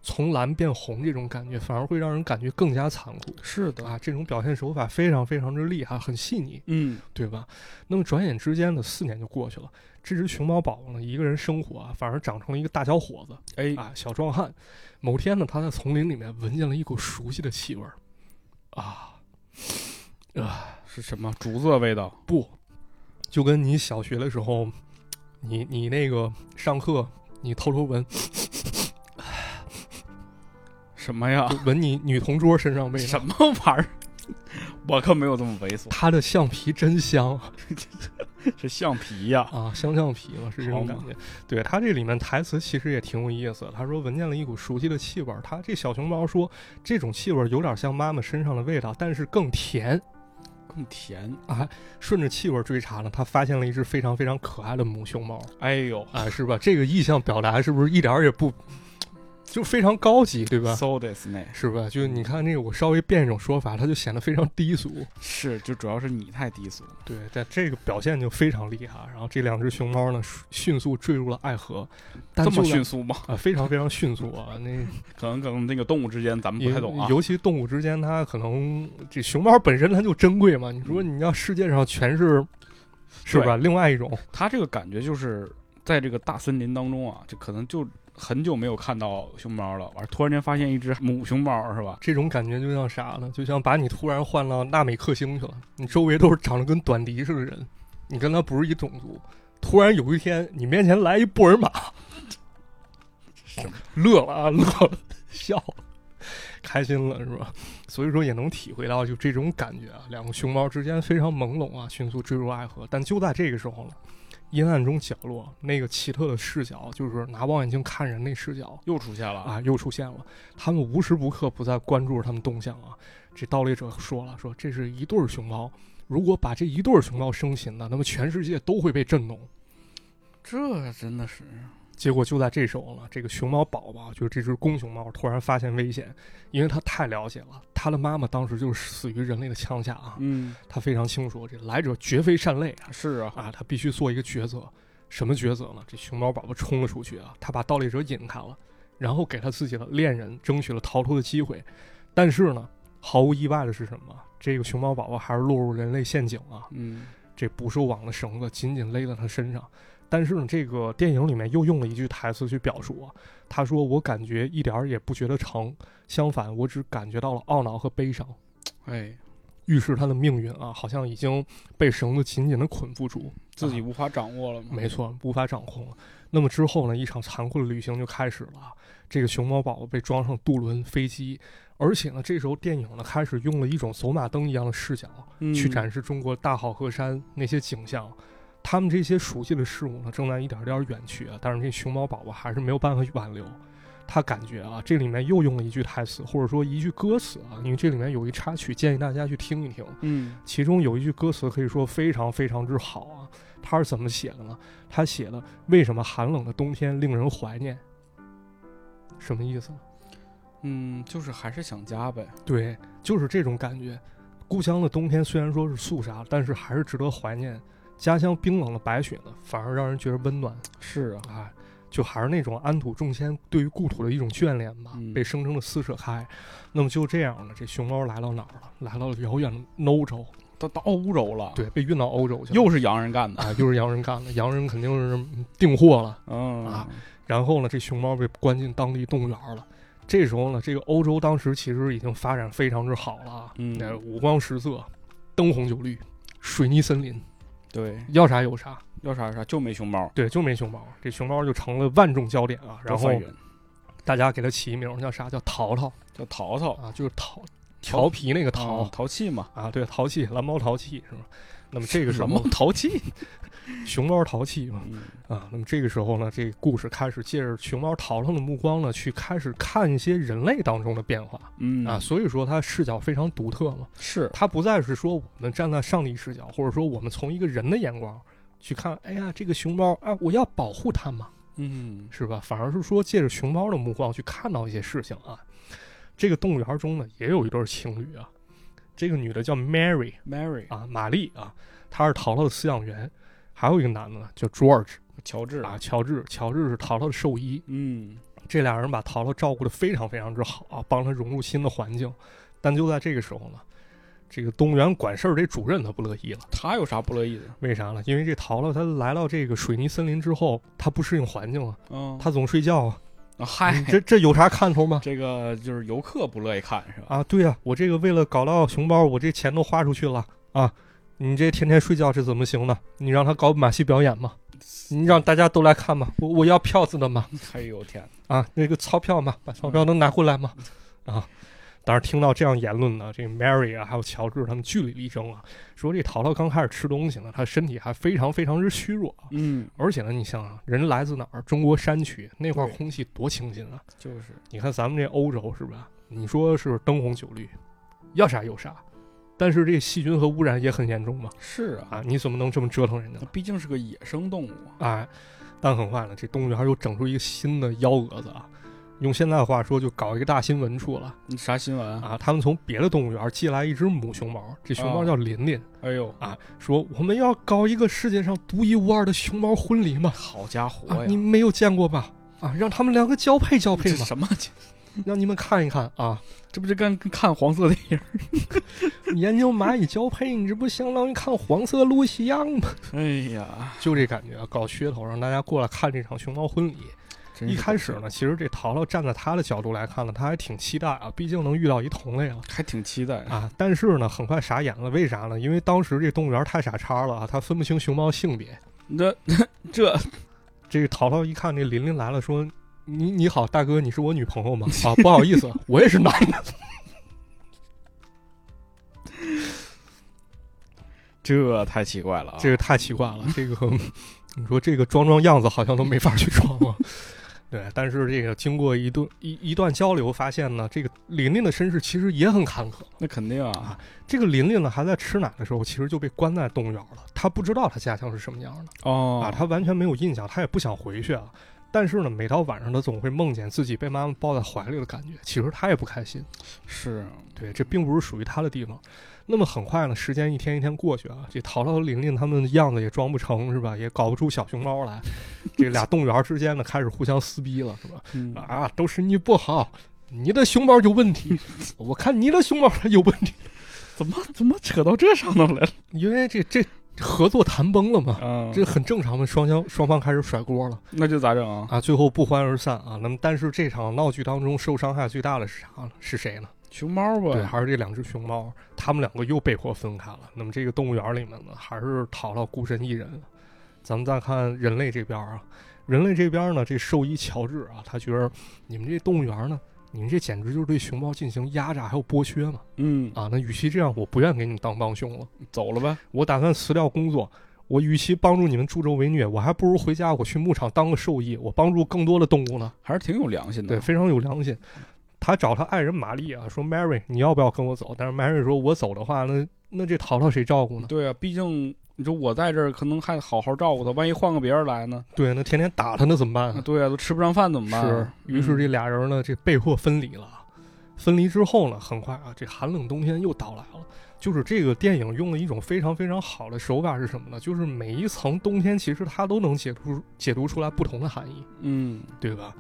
从蓝变红这种感觉，反而会让人感觉更加残酷。是啊，，这种表现手法非常非常之厉害，很细腻，嗯，对吧？那么转眼之间呢，四年就过去了。这只熊猫宝宝呢，一个人生活啊，反而长成了一个大小伙子哎，啊，小壮汉。某天呢，他在丛林里面闻见了一股熟悉的气味儿，啊，啊，是什么竹子的味道？不，就跟你小学的时候，你你那个上课，你偷偷闻什么呀？就闻你女同桌身上味道，什么玩意儿？ [laughs] 我可没有这么猥琐，她的橡皮真香是橡皮呀、啊，香橡皮嘛，是这种好感嘛觉。对他这里面台词其实也挺有意思的，他说闻见了一股熟悉的气味儿，他这小熊猫说这种气味儿有点像妈妈身上的味道，但是更甜。更甜。顺着气味儿追查呢，他发现了一只非常非常可爱的母熊猫。哎呦啊，是吧？这个意象表达是不是一点儿也不就非常高级，对吧？ ，so this 那是吧？就你看那个，我稍微变一种说法，它就显得非常低俗。是就主要是你太低俗了。对，但这个表现就非常厉害。然后这两只熊猫呢，迅速坠入了爱河，但这么就在迅速吗？ [laughs] 啊，非常非常迅速啊！那可能可能那个动物之间咱们不也太懂啊。尤其动物之间，它可能这熊猫本身它就珍贵嘛。你说嗯你要世界上全是，是吧？另外一种它这个感觉就是在这个大森林当中啊，就可能就很久没有看到熊猫了，完突然间发现一只母熊猫是吧？这种感觉就像啥呢？就像把你突然换到纳美克星去了，你周围都是长得跟短笛似的人，你跟他不是一种族。突然有一天，你面前来一布尔玛，乐了啊，乐了，笑了，开心了是吧？所以说也能体会到就这种感觉啊，两个熊猫之间非常朦胧啊，迅速坠入爱河。但就在这个时候呢，阴暗中角落那个奇特的视角，就是拿望远镜看人那视角，又出现了啊！啊，又出现了。他们无时无刻不在关注着他们动向啊。这盗猎者说了，说这是一对儿熊猫，如果把这一对儿熊猫生擒了，那么全世界都会被震动。这真的是结果就在这时候呢，这个熊猫宝宝，就是这只公熊猫，突然发现危险，因为它太了解了，它的妈妈当时就是死于人类的枪下啊，嗯，它非常清楚这来者绝非善类啊，是啊，啊，他必须做一个抉择。什么抉择呢？这熊猫宝宝冲了出去啊，他把盗猎者引开了，然后给他自己的恋人争取了逃脱的机会。但是呢，毫无意外的是什么？这个熊猫宝宝还是落入人类陷阱啊！嗯，这捕兽网的绳子紧紧勒在他身上。但是呢，这个电影里面又用了一句台词去表述啊，他说：“我感觉一点儿也不觉得疼，相反，我只感觉到了懊恼和悲伤。”哎，预示他的命运啊，好像已经被绳子紧紧的捆缚住，自己啊无法掌握了吗？没错，无法掌控了。那么之后呢，一场残酷的旅行就开始了啊。这个熊猫宝宝被装上渡轮、飞机，而且呢，这时候电影呢开始用了一种走马灯一样的视角嗯，去展示中国大好河山那些景象。他们这些熟悉的事物呢，正在一点点远去啊，但是这熊猫宝宝还是没有办法挽留。他感觉啊，这里面又用了一句台词，或者说一句歌词啊，因为这里面有一插曲，建议大家去听一听。嗯，其中有一句歌词可以说非常非常之好啊，它是怎么写的呢？它写的为什么寒冷的冬天令人怀念？什么意思？嗯，就是还是想家呗。对，就是这种感觉。故乡的冬天虽然说是肃杀，但是还是值得怀念。家乡冰冷的白雪呢，反而让人觉得温暖是啊，啊，就还是那种安土重迁对于故土的一种眷恋吧，嗯被生生的撕扯开。那么就这样呢，这熊猫来到哪儿了？来到了遥远的欧洲，啊到到欧洲了，，对，被运到欧洲去了。又是洋人干的，啊，又是洋人干的，洋人肯定是订货了。嗯啊，然后呢，这熊猫被关进当地动物园了。这时候呢，这个欧洲当时其实已经发展非常之好了啊，嗯那五光十色，灯红酒绿，水泥森林，对，要啥有啥。要啥有啥就没熊猫，对，就没熊猫，这熊猫就成了万众焦点啊。然后多烦人大家给它起一名叫啥？叫淘淘叫淘淘，啊，就是淘调皮那个淘淘淘气嘛，啊，对，淘气蓝猫淘气是吧？那么这个时什么候，淘气？ [laughs] 熊猫淘气嘛，嗯啊，那么这个时候呢，这个故事开始借着熊猫淘淘的目光呢，去开始看一些人类当中的变化嗯啊，所以说它视角非常独特嘛，是它不再是说我们站在上帝视角，或者说我们从一个人的眼光去看，哎呀，这个熊猫啊，我要保护它嘛，嗯，是吧？反而是说借着熊猫的目光去看到一些事情啊。这个动物园中呢，也有一对情侣啊，这个女的叫 Mary Mary 啊，玛丽啊，她是淘淘的饲养员，还有一个男的呢叫 George。乔治啊，乔治，乔治是淘淘的兽医嗯，这俩人把陶陶照顾得非常非常之好啊，帮他融入新的环境。但就在这个时候呢，这个动物园管事儿这主任他不乐意了，他有啥不乐意的？为啥呢？因为这陶陶他来到这个水泥森林之后，他不适应环境啊，嗯，他总睡觉啊，啊嗨你，这这有啥看头吗？这个就是游客不乐意看是吧？啊，对啊，我这个为了搞到熊猫，我这钱都花出去了啊！你这天天睡觉是怎么行呢？你让他搞马戏表演吗？你让大家都来看吗？我我要票子的嘛 [laughs] 哎呦天，啊，那个钞票嘛，把钞票能拿回来吗？啊！当时听到这样言论呢，这 Mary 啊，还有乔治他们据理力争啊，说这淘淘刚开始吃东西呢，他身体还非常非常之虚弱啊，嗯，而且呢，你想想，人来自哪儿？中国山区那块儿对空气多清新啊！就是你看咱们这欧洲是吧？你说是灯红酒绿，要啥有啥，但是这细菌和污染也很严重嘛。是啊，啊，你怎么能这么折腾人家那呢？毕竟是个野生动物啊，哎，但很快呢，这动物园又整出一个新的幺蛾子啊。用现在的话说，就搞一个大新闻出了你啥新闻？啊！他们从别的动物园寄来一只母熊猫，这熊猫哦叫琳琳哎呦，啊，说我们要搞一个世界上独一无二的熊猫婚礼嘛好家伙啊，呀！你们没有见过吧？啊，让他们两个交配交这配吧，什么？让你们看一看啊！这不就跟跟看黄色电影？研究蚂蚁交配，你这不相当于看黄色露西样吗？ [laughs] 哎呀，就这感觉，啊搞噱头，让大家过来看这场熊猫婚礼。真一是开始呢，其实这淘淘站在他的角度来看呢，他还挺期待啊，毕竟能遇到一同类了还挺期待啊。但是呢，很快傻眼了，为啥呢？因为当时这动物园太傻叉了啊，他分不清熊猫性别。 [laughs] 那这这个淘淘一看这琳琳来了，说：“你你好，大哥，你是我女朋友吗？”啊，不好意思，我也是男的。这太奇怪了啊！这个太奇怪了，这个你说这个装装样子好像都没法去装啊。对，但是这个经过一顿一一段交流，发现呢，这个琳琳的身世其实也很坎坷。那肯定啊，这个琳琳呢，还在吃奶的时候，其实就被关在动物园了。她不知道她家乡是什么样的哦啊，她完全没有印象，她也不想回去啊。但是呢，每到晚上，她总会梦见自己被妈妈抱在怀里的感觉。其实她也不开心。是啊对，这并不是属于他的地方。那么很快呢，时间一天一天过去啊，这淘淘、琳琳他们样子也装不成是吧？也搞不出小熊猫来。这俩动物园之间呢，开始互相撕逼了，是吧？嗯啊，都是你不好，你的熊猫有问题，我看你的熊猫它有问题，怎么怎么扯到这上头来了？因为这这合作谈崩了嘛。嗯，这很正常嘛，双方双方开始甩锅了那就咋整啊？啊，最后不欢而散啊。那么，但是这场闹剧当中受伤害最大的是啥呢？是谁呢？熊猫对，吧，还是这两只熊猫，它们两个又被迫分开了。那么这个动物园里面呢，还是淘淘孤身一人。咱们再看人类这边啊，人类这边呢，这兽医乔治啊，他觉得你们这动物园呢，你们这简直就是对熊猫进行压榨还有剥削嘛！嗯，啊，那与其这样，我不愿给你们当帮凶了，走了呗，我打算辞掉工作。我与其帮助你们助纣为虐，我还不如回家，我去牧场当个兽医，我帮助更多的动物呢。还是挺有良心的。对，非常有良心。他找他爱人玛丽啊，说 Mary，你要不要跟我走？但是 Mary 说，我走的话，那那这淘淘谁照顾呢？对啊，毕竟你说我在这儿，可能还好好照顾他，万一换个别人来呢？对，那天天打他，那怎么办啊啊？对啊，都吃不上饭怎么办是啊？，于是这俩人呢，这被迫分离了啊。分离之后呢，很快啊，这寒冷冬天又到来了。就是这个电影用了一种非常非常好的手法是什么呢？就是每一层冬天其实它都能解读解读出来不同的含义。嗯，对吧？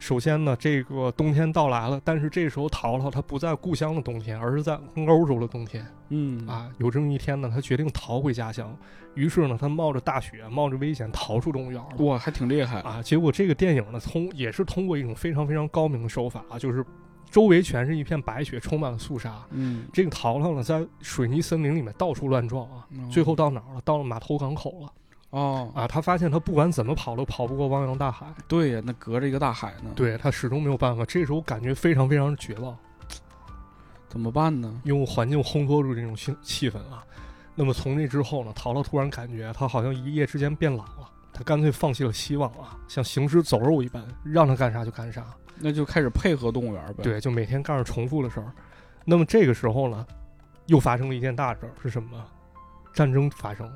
首先呢，这个冬天到来了，但是这时候淘淘他不在故乡的冬天，而是在欧洲的冬天嗯嗯，啊。有这么一天呢，他决定逃回家乡，于是呢，他冒着大雪，冒着危险逃出动物园了。哇，还挺厉害。啊，结果这个电影呢，通也是通过一种非常非常高明的手法啊，就是周围全是一片白雪，充满了肃杀。嗯，这个淘淘呢，在水泥森林里面到处乱撞啊，嗯最后到哪儿了？到了码头港口了哦，啊！他发现他不管怎么跑都跑不过汪洋大海，对呀，那隔着一个大海呢，，对他始终没有办法。这时候感觉非常非常绝望，怎么办呢？用环境烘托住这种气气氛啊。那么从这之后呢，淘淘突然感觉他好像一夜之间变老了，他干脆放弃了希望啊，像行尸走肉一般，让他干啥就干啥。那就开始配合动物园呗。，对，就每天干着重复的事儿。那么这个时候呢，又发生了一件大事儿，是什么呢？战争发生了，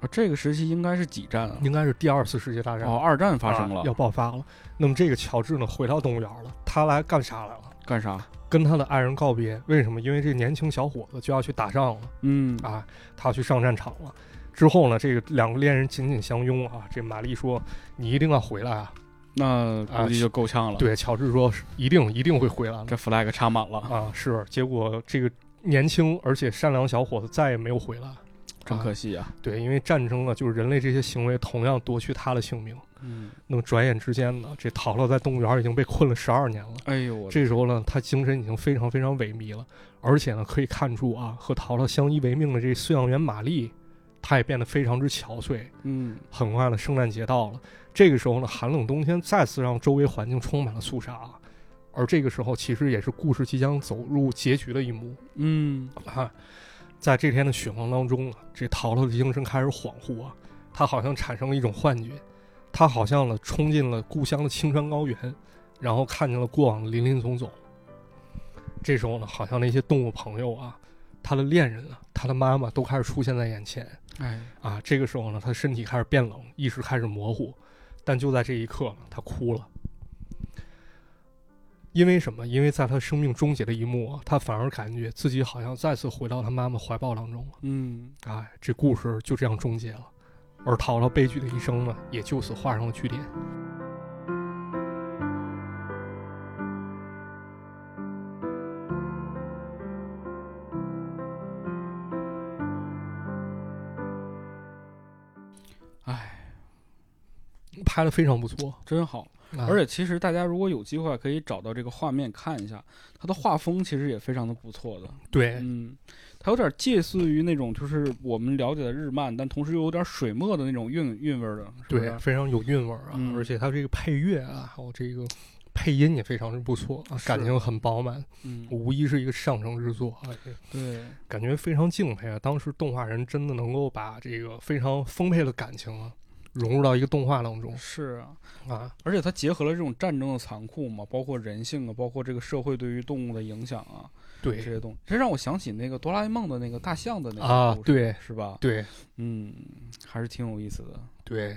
啊，这个时期应该是几战啊？应该是第二次世界大战、哦，二战发生了啊，要爆发了。那么这个乔治呢，回到动物园了，他来干啥来了？干啥？跟他的爱人告别，为什么？因为这年轻小伙子就要去打仗了。嗯，啊，他去上战场了。之后呢，这个两个恋人紧紧相拥啊。这玛丽说：“你一定要回来啊！那估计就够呛了。，对，乔治说是一定一定会回来的这 flag 插满了，啊，是。结果这个年轻而且善良小伙子再也没有回来。真可惜啊。对，因为战争啊，就是人类这些行为同样夺去他的性命。嗯，那么转眼之间呢，这陶陶在动物园已经被困了十二年了。哎呦，我的这时候呢，他精神已经非常非常萎靡了，而且呢，可以看出啊，和陶陶相依为命的这饲养员玛丽，她也变得非常之憔悴。嗯，很快呢，圣诞节到了，这个时候呢，寒冷冬天再次让周围环境充满了肃杀。啊而这个时候，其实也是故事即将走入结局的一幕嗯，啊。在这天的雪光当中啊，这淘淘的精神开始恍惚啊，他好像产生了一种幻觉，他好像呢冲进了故乡的青山高原，然后看见了过往的林林总总。这时候呢，好像那些动物朋友啊，他的恋人啊，他的妈妈都开始出现在眼前。哎，啊，这个时候呢，他身体开始变冷，意识开始模糊，但就在这一刻呢，他哭了。因为什么？因为在他生命终结的一幕啊，他反而感觉自己好像再次回到他妈妈怀抱当中了。嗯，哎，这故事就这样终结了，而陶陶悲剧的一生呢，也就此画上了句点。哎，拍的非常不错，啊真好。而而且且其实大家如果有机会可以找到这个画面看一下，它的画风其实也非常的不错的。对，嗯，它有点近似于那种就是我们了解的日漫，但同时又有点水墨的那种韵韵味儿的。是不是对，，非常有韵味儿啊，嗯而且它这个配乐啊，还有这个配音也非常之不错啊，感是情很饱满，嗯，无疑是一个上乘之作啊，这对，感觉非常敬佩啊。当时动画人真的能够把这个非常丰沛的感情啊，融入到一个动画当中是啊。啊，而且它结合了这种战争的残酷嘛，包括人性啊，包括这个社会对于动物的影响啊，这对些东西，这让我想起那个哆啦 A 梦的那个大象的那个啊故，事，对是吧？对嗯，还是挺有意思的。对，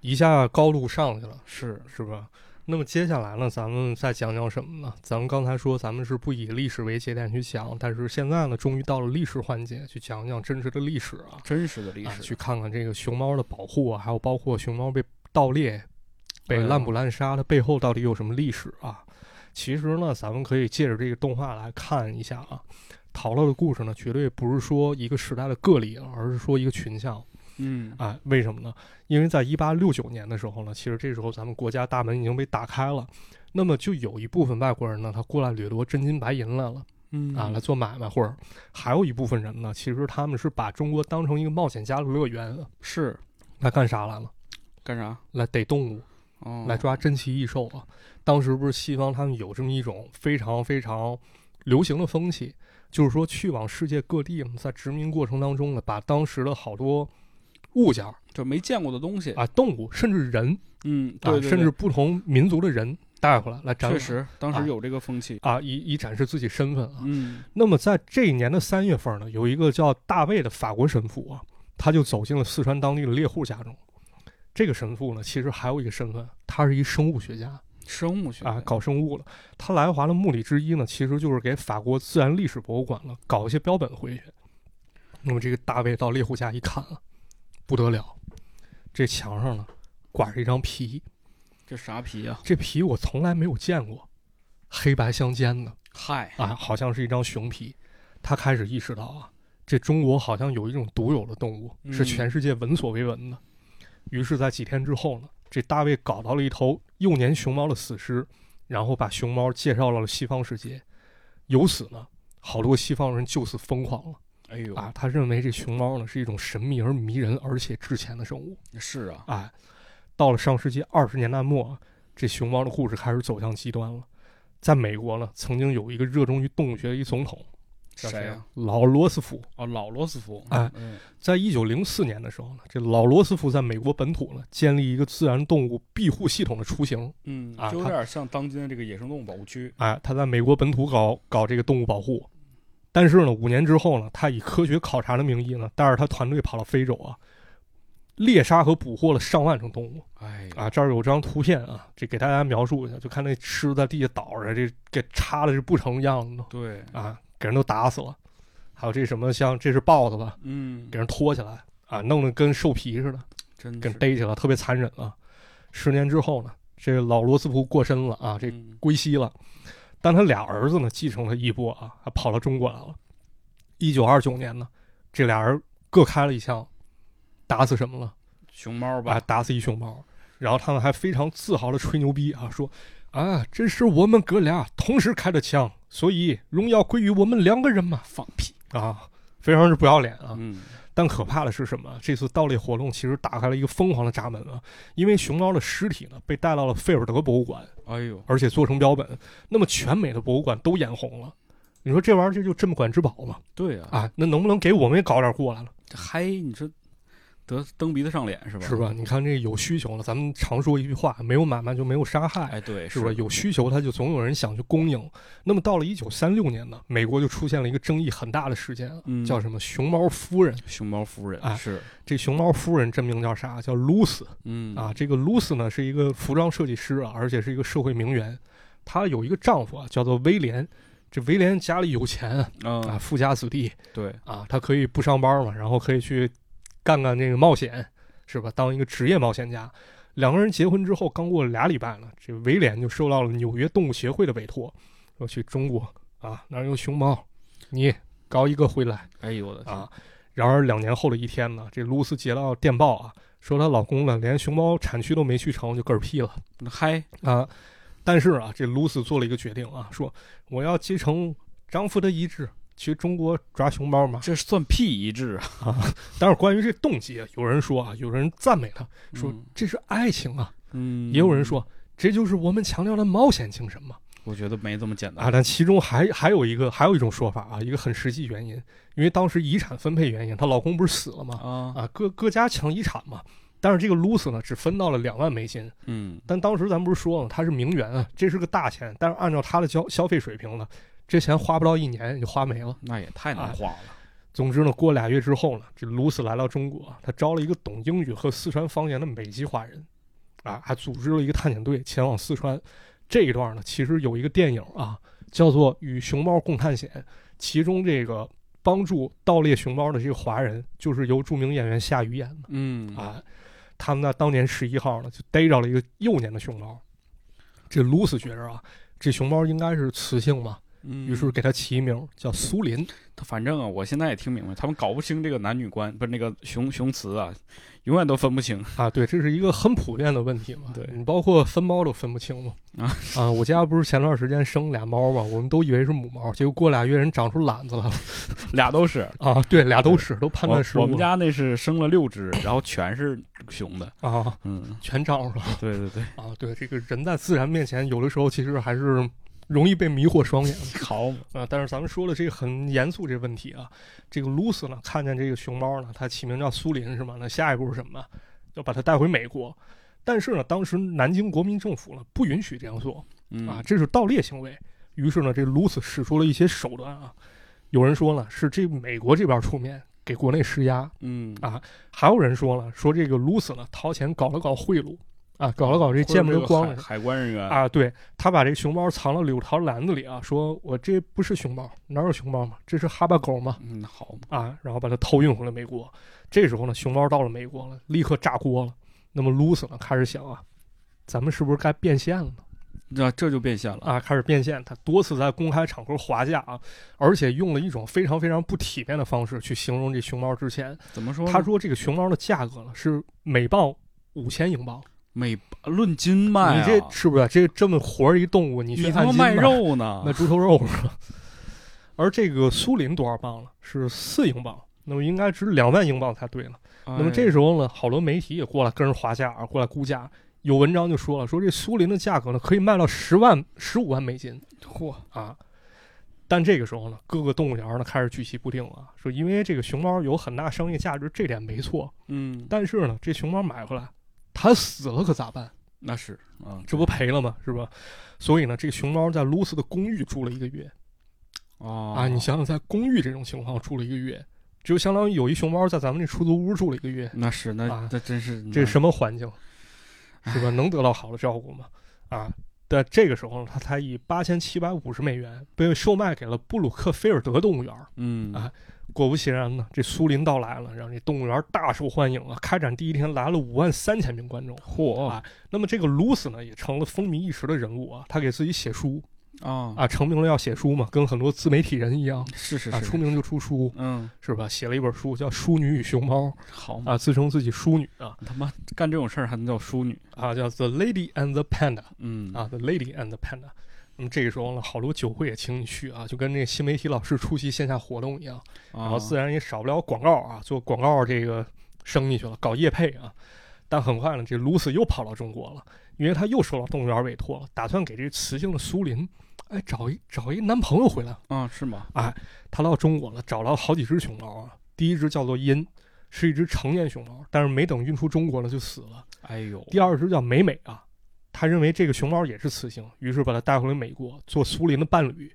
一下高度上去了，是，是吧？那么接下来呢，咱们再讲讲什么呢？咱们刚才说咱们是不以历史为节点去讲，但是现在呢，终于到了历史环节，去讲讲真实的历史啊，真实的历啊史，去看看这个熊猫的保护啊，还有包括熊猫被盗猎、哎被呀滥捕滥杀，它背后到底有什么历史啊？其实呢，咱们可以借着这个动画来看一下啊。陶乐的故事呢，绝对不是说一个时代的个例，啊而是说一个群像嗯，啊。为什么呢？因为在一八六九年的时候呢，其实这时候咱们国家大门已经被打开了，那么就有一部分外国人呢，他过来掠夺真金白银来了。嗯啊来做买卖，或者还有一部分人呢，其实他们是把中国当成一个冒险家的乐园，啊是来干啥来了？干啥？来逮动物，哦，来抓珍奇异兽啊！当时不是西方他们有这么一种非常非常流行的风气，就是说去往世界各地，在殖民过程当中呢，把当时的好多物件儿就没见过的东西，啊、动物，甚至人嗯，啊对，对甚至对不同民族的人带回来来展确览实，当啊时有这个风气，啊，以以展示自己身份啊。嗯，那么在这一年的三月份呢，有一个叫大卫的法国神父啊，他就走进了四川当地的猎户家中。这个神父呢，其实还有一个身份，他是一生物学家生物学啊，搞生物了。他来华的目的之一呢，其实就是给法国自然历史博物馆了搞一些标本回去。那么这个大卫到猎户家一看啊，不得了，这墙上呢挂着一张皮，这啥皮啊呀？这皮我从来没有见过，黑白相间的。嗨，啊，好像是一张熊皮。他开始意识到啊，这中国好像有一种独有的动物，是嗯全世界闻所未闻的。于是，在几天之后呢，这大卫搞到了一头幼年熊猫的死尸，然后把熊猫介绍到了西方世界。由此呢，好多西方人就此疯狂了哎呦，啊！他认为这熊猫呢是一种神秘而迷人而且值钱的生物。是啊，哎，到了上世纪二十年代末，这熊猫的故事开始走向极端了。在美国呢，曾经有一个热衷于动物学的一总统，叫啊谁啊呀呀？？老罗斯福。哦，老罗斯福，哎嗯，在一九零四年的时候呢，这老罗斯福在美国本土呢，建立一个自然动物庇护系统的雏形。嗯啊，就有他点像当今的这个野生动物保护区，哎，他在美国本土搞搞这个动物保护。但是呢，五年之后呢，他以科学考察的名义呢，带着他团队跑到非洲啊，猎杀和捕获了上万种动物。哎呀，啊，这儿有张图片啊，这给大家描述一下，就看那狮子在地下倒着，这给插的是不成样子对，都啊，给人都打死了。还有这什么像这是豹子吧，嗯给，人拖起来啊，弄得跟兽皮似的，真给人是逮起来，特别残忍啊。十年之后呢，这个老罗斯福过身了啊，这嗯归西了，但他俩儿子呢继承了衣钵啊，还跑到中国来了。一九二九年呢，这俩人各开了一枪，打死什么了？熊猫啊，吧，打死一熊猫。然后他们还非常自豪的吹牛逼啊，说啊，这是我们哥俩同时开的枪，所以荣耀归于我们两个人嘛放屁，啊，非常是不要脸啊。嗯，但可怕的是什么？这次盗猎活动其实打开了一个疯狂的闸门啊！因为熊猫的尸体呢被带到了费尔德博物馆，哎呦，而且做成标本，那么全美的博物馆都眼红了。你说这玩意儿这就镇馆之宝嘛？对啊，啊，那能不能给我们也搞点过来了，这嗨，你说得蹬鼻子上脸是吧？是吧？？你看这有需求了，咱们常说一句话，没有买卖就没有杀害。哎，对，是吧吧？？有需求，它就总有人想去供应。那么到了一九三六年呢，美国就出现了一个争议很大的事件啊，嗯叫什么“熊猫夫人熊猫夫人、哎是，”。这熊猫夫人真名叫啥？叫露丝嗯啊。，这个露丝呢是一个服装设计师啊，而且是一个社会名媛。她有一个丈夫啊，叫做威廉。这威廉家里有钱啊，嗯、啊富家子弟对，啊，他可以不上班嘛，然后可以去干干这个冒险，是吧？当一个职业冒险家。两个人结婚之后，刚过了俩礼拜呢，这威廉就受到了纽约动物协会的委托，说去中国啊，那儿有熊猫，你搞一个回来哎呦我的天，啊。然而两年后的一天呢，这露丝接到电报啊，说她老公呢连熊猫产区都没去成就嗝屁了那嗨，啊。但是啊，这露丝做了一个决定啊，说我要继承丈夫的遗志，去中国抓熊猫嘛。这算屁一致啊！但是关于这动机，有人说啊，有人赞美他，说嗯这是爱情啊，嗯，也有人，说这就是我们强调的冒险精神嘛。我觉得没这么简单啊，但其中还还有一个还有一种说法啊，一个很实际原因，因为当时遗产分配原因，她老公不是死了吗？啊啊，各各家抢遗产嘛。但是这个露丝呢，只分到了两万美金。嗯，但当时咱不是说了，她是名媛啊，这是个大钱。但是按照她的消消费水平呢，这钱花不到一年就花没了。那也太难画了。总之呢，过俩月之后呢，这卢斯来到中国，他招了一个懂英语和四川方言的美籍华人，啊，还组织了一个探险队前往四川。这一段呢，其实有一个电影啊，叫做《与熊猫共探险》，其中这个帮助盗猎熊猫的这个华人，就是由著名演员夏雨演的嗯，啊。他们呢，当年十一号呢，就逮着了一个幼年的熊猫。这卢斯觉着啊，这熊猫应该是雌性嘛，嗯于是给它起名叫苏林。他反正啊，我现在也听明白，他们搞不清这个男女关，不是那个雄雄雌啊，永远都分不清。 [laughs] 啊，对，这是一个很普遍的问题嘛。对你包括分猫都分不清嘛。 [laughs] 啊啊，我家不是前段时间生俩猫嘛，我们都以为是母猫，结果过俩月人长出懒子来了。俩都是，啊，对，俩都是，都判我断失误我们了家那是生了六只，然后全是雄的。啊， [laughs] 嗯，全长出来了对对对，啊。对，这个人在自然面前，有的时候其实还是容易被迷惑双眼 [laughs] 的。好嘛，啊，但是咱们说了这个很严肃这个问题啊，这个露丝呢，看见这个熊猫呢，它起名叫苏林是吗？那下一步是什么？要把它带回美国。但是呢，当时南京国民政府呢不允许这样做，嗯啊，这是盗猎行为。于是呢，这卢斯使出了一些手段啊。有人说了，是这美国这边出面给国内施压；嗯啊还有人说了，说这个卢斯呢掏钱搞了搞贿赂啊，搞了搞这见不得光或者这的个海海关人员，啊。对他把这熊猫藏到柳条篮子里啊，说我这不是熊猫，哪有熊猫嘛？这是哈巴狗嘛嗯，好嘛，啊，然后把它偷运回了美国。这时候呢，熊猫到了美国了，立刻炸锅了。那么卢斯呢开始想啊，咱们是不是该变现了呢？那这就变现了。啊，开始变现。他多次在公开场合划价啊，而且用了一种非常非常不体面的方式去形容这熊猫。之前怎么说呢？他说这个熊猫的价格呢是每磅五千英镑，美论斤卖、你啊，这是不是这这么活儿一动物，你去你他按妈斤卖买肉呢？卖猪头肉是吧？而这个苏林多少磅了？是四英镑，那么应该值两万英镑才对呢。那么这是时候呢，好多媒体也过来跟人划价啊，过来估价。有文章就说了，说这苏林的价格呢可以卖到十万、十五万美金。嚯，啊。但这个时候呢，各个动物园呢开始举棋不定了，说因为这个熊猫有很大商业价值，这点没错。嗯，但是呢，这熊猫买回来，它死了可咋办？那是啊，这不赔了吗？是吧？所以呢，这个熊猫在露丝的公寓住了一个月哦啊！你想想，在公寓这种情况住了一个月，就相当于有一熊猫在咱们这出租屋住了一个月，那是那、啊那真是这什么环境，是吧？能得到好的照顾吗？啊！但这个时候呢，它才以八千七百五十美元被售卖给了布鲁克菲尔德动物园。嗯啊果不其然呢，这苏林到来了，让这动物园大受欢迎啊！开展第一天来了五万三千名观众。嚯啊那么这个卢斯呢，也成了风靡一时的人物啊。他给自己写书啊，啊，成名了要写书嘛，跟很多自媒体人一样是是啊，是，出名就出书嗯，是吧？写了一本书叫《淑女与熊猫》好嘛，啊，自称自己淑女啊他妈干这种事儿还能叫淑女？啊，叫《The Lady and the Panda》嗯啊，《The Lady and the Panda》。那么这个时候呢，好多酒会也请你去啊，就跟那新媒体老师出席线下活动一样。然后啊，自然也少不了广告啊，做广告这个生意去了，搞业配啊。但很快呢，这卢斯又跑到中国了，因为他又受到动物园委托了，打算给这雌性的苏林，哎，找一找一男朋友回来。啊是吗？他到中国了，找到好几只熊猫啊，第一只叫做殷，是一只成年熊猫，但是没等运出中国呢就死了。哎呦，第二只叫美美啊，他认为这个熊猫也是雌性，于是把它带回了美国做苏林的伴侣。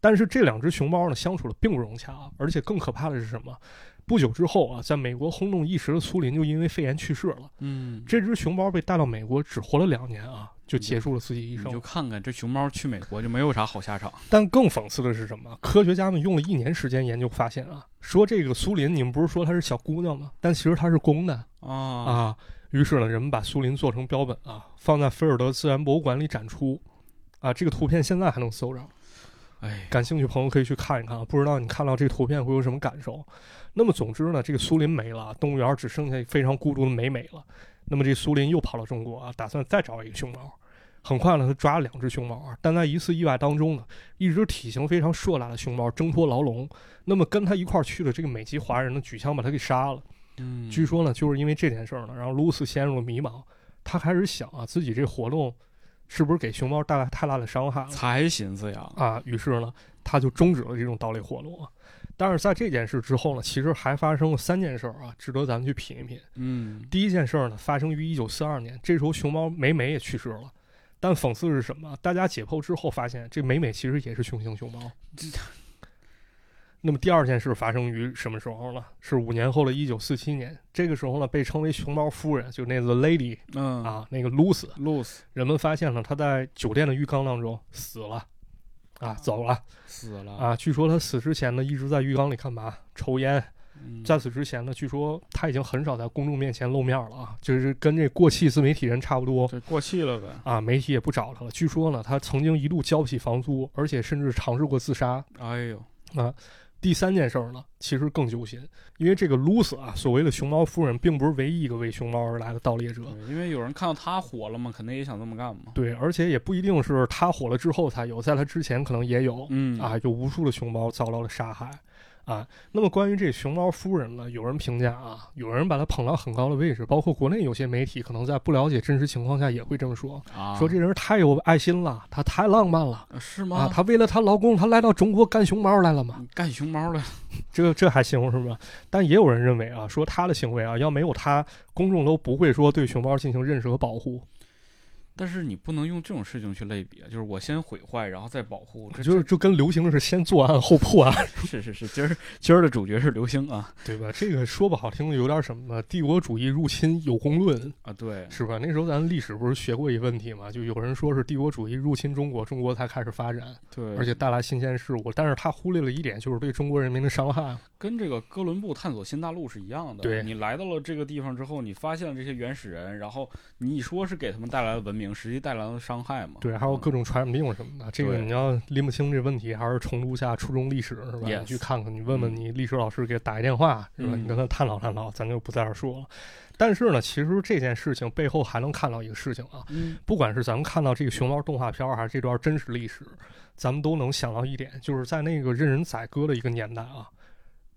但是这两只熊猫呢相处的并不融洽啊，而且更可怕的是什么？不久之后啊，在美国轰动一时的苏林就因为肺炎去世了。嗯，这只熊猫被带到美国，只活了两年啊，就结束了自己一你就生。看看这熊猫去美国就没有啥好下场。但更讽刺的是什么？科学家们用了一年时间研究发现啊，说这个苏林，你们不是说她是小姑娘吗？但其实她是公的。啊啊，于是呢，人们把苏林做成标本啊，放在菲尔德自然博物馆里展出。啊，这个图片现在还能搜着，哎，感兴趣朋友可以去看一看啊。不知道你看到这个图片会有什么感受？那么总之呢，这个苏林没了，啊动物园只剩下非常孤独的美美了。那么这苏林又跑到中国啊，打算再找一个熊猫。很快呢，他抓了两只熊猫啊，但在一次意外当中呢，一只体型非常硕大的熊猫挣脱牢笼，那么跟他一块儿去的这个美籍华人呢，举枪把他给杀了。嗯，据说呢，就是因为这件事儿呢，让露丝陷入了迷茫。她开始想啊，自己这活动是不是给熊猫带来太大的伤害了才寻思呀，啊？于是呢，她就终止了这种盗猎活动啊。但是在这件事之后呢，其实还发生了三件事儿啊，值得咱们去品一品。嗯，第一件事儿呢，发生于一九四二年，这时候熊猫美美也去世了。但讽刺是什么？大家解剖之后发现，这美美其实也是雄性熊猫这。那么第二件事发生于什么时候呢？是五年后的一九四七年。这个时候呢，被称为熊猫夫人，就那个 Lady 嗯，啊，那个 Lucy， ，Lucy 人们发现了她在酒店的浴缸当中死了，啊，走了死了，啊。据说她死之前呢，一直在浴缸里干嘛？抽烟，嗯在此之前呢，据说他已经很少在公众面前露面了啊，就是跟这过气自媒体人差不多对过气了呗啊，媒体也不找他了。据说呢，他曾经一度交不起房租，而且甚至尝试过自杀。。哎呦，第三件事儿呢，其实更揪心，因为这个卢斯啊，所谓的熊猫夫人，并不是唯一一个为熊猫而来的盗猎者对。因为有人看到他火了嘛，肯定也想这么干嘛。对，而且也不一定是他火了之后才有，在他之前可能也有。嗯啊，有无数的熊猫遭到了杀害啊。那么关于这熊猫夫人呢，有人评价啊，有人把她捧到很高的位置，包括国内有些媒体可能在不了解真实情况下也会这么说，啊，说这人太有爱心了，她太浪漫了。呃是吗？啊，她为了她老公，她来到中国干熊猫来了嘛？你干熊猫了， [laughs] 这这还行是吧？但也有人认为啊，说她的行为啊，要没有她，公众都不会说对熊猫进行认识和保护。但是你不能用这种事情去类比啊，就是我先毁坏，然后再保护，这就是就跟流行是先作案后破案，是是是，今儿今儿的主角是流星啊对吧？这个说不好听的有点什么帝国主义入侵有功论，啊，对，是吧？那时候咱历史不是学过一问题嘛，就有人说是帝国主义入侵中国，中国才开始发展，对，而且带来新鲜事物。但是他忽略了一点，就是对中国人民的伤害。跟这个哥伦布探索新大陆是一样的。对你来到了这个地方之后，你发现了这些原始人，然后你说是给他们带来了文明，实际带来了伤害嘛？对，还有各种传染病什么的。这嗯个对你要拎不清这问题，还是重读一下初中历史是吧？ Yes 你去看看，你问问你历史老师，给打一电话是吧？嗯你跟他探讨探讨，咱就不在这儿说了。但是呢，其实这件事情背后还能看到一个事情啊，嗯，不管是咱们看到这个熊猫动画片儿，还是这段真实历史，咱们都能想到一点，就是在那个任人宰割的一个年代啊，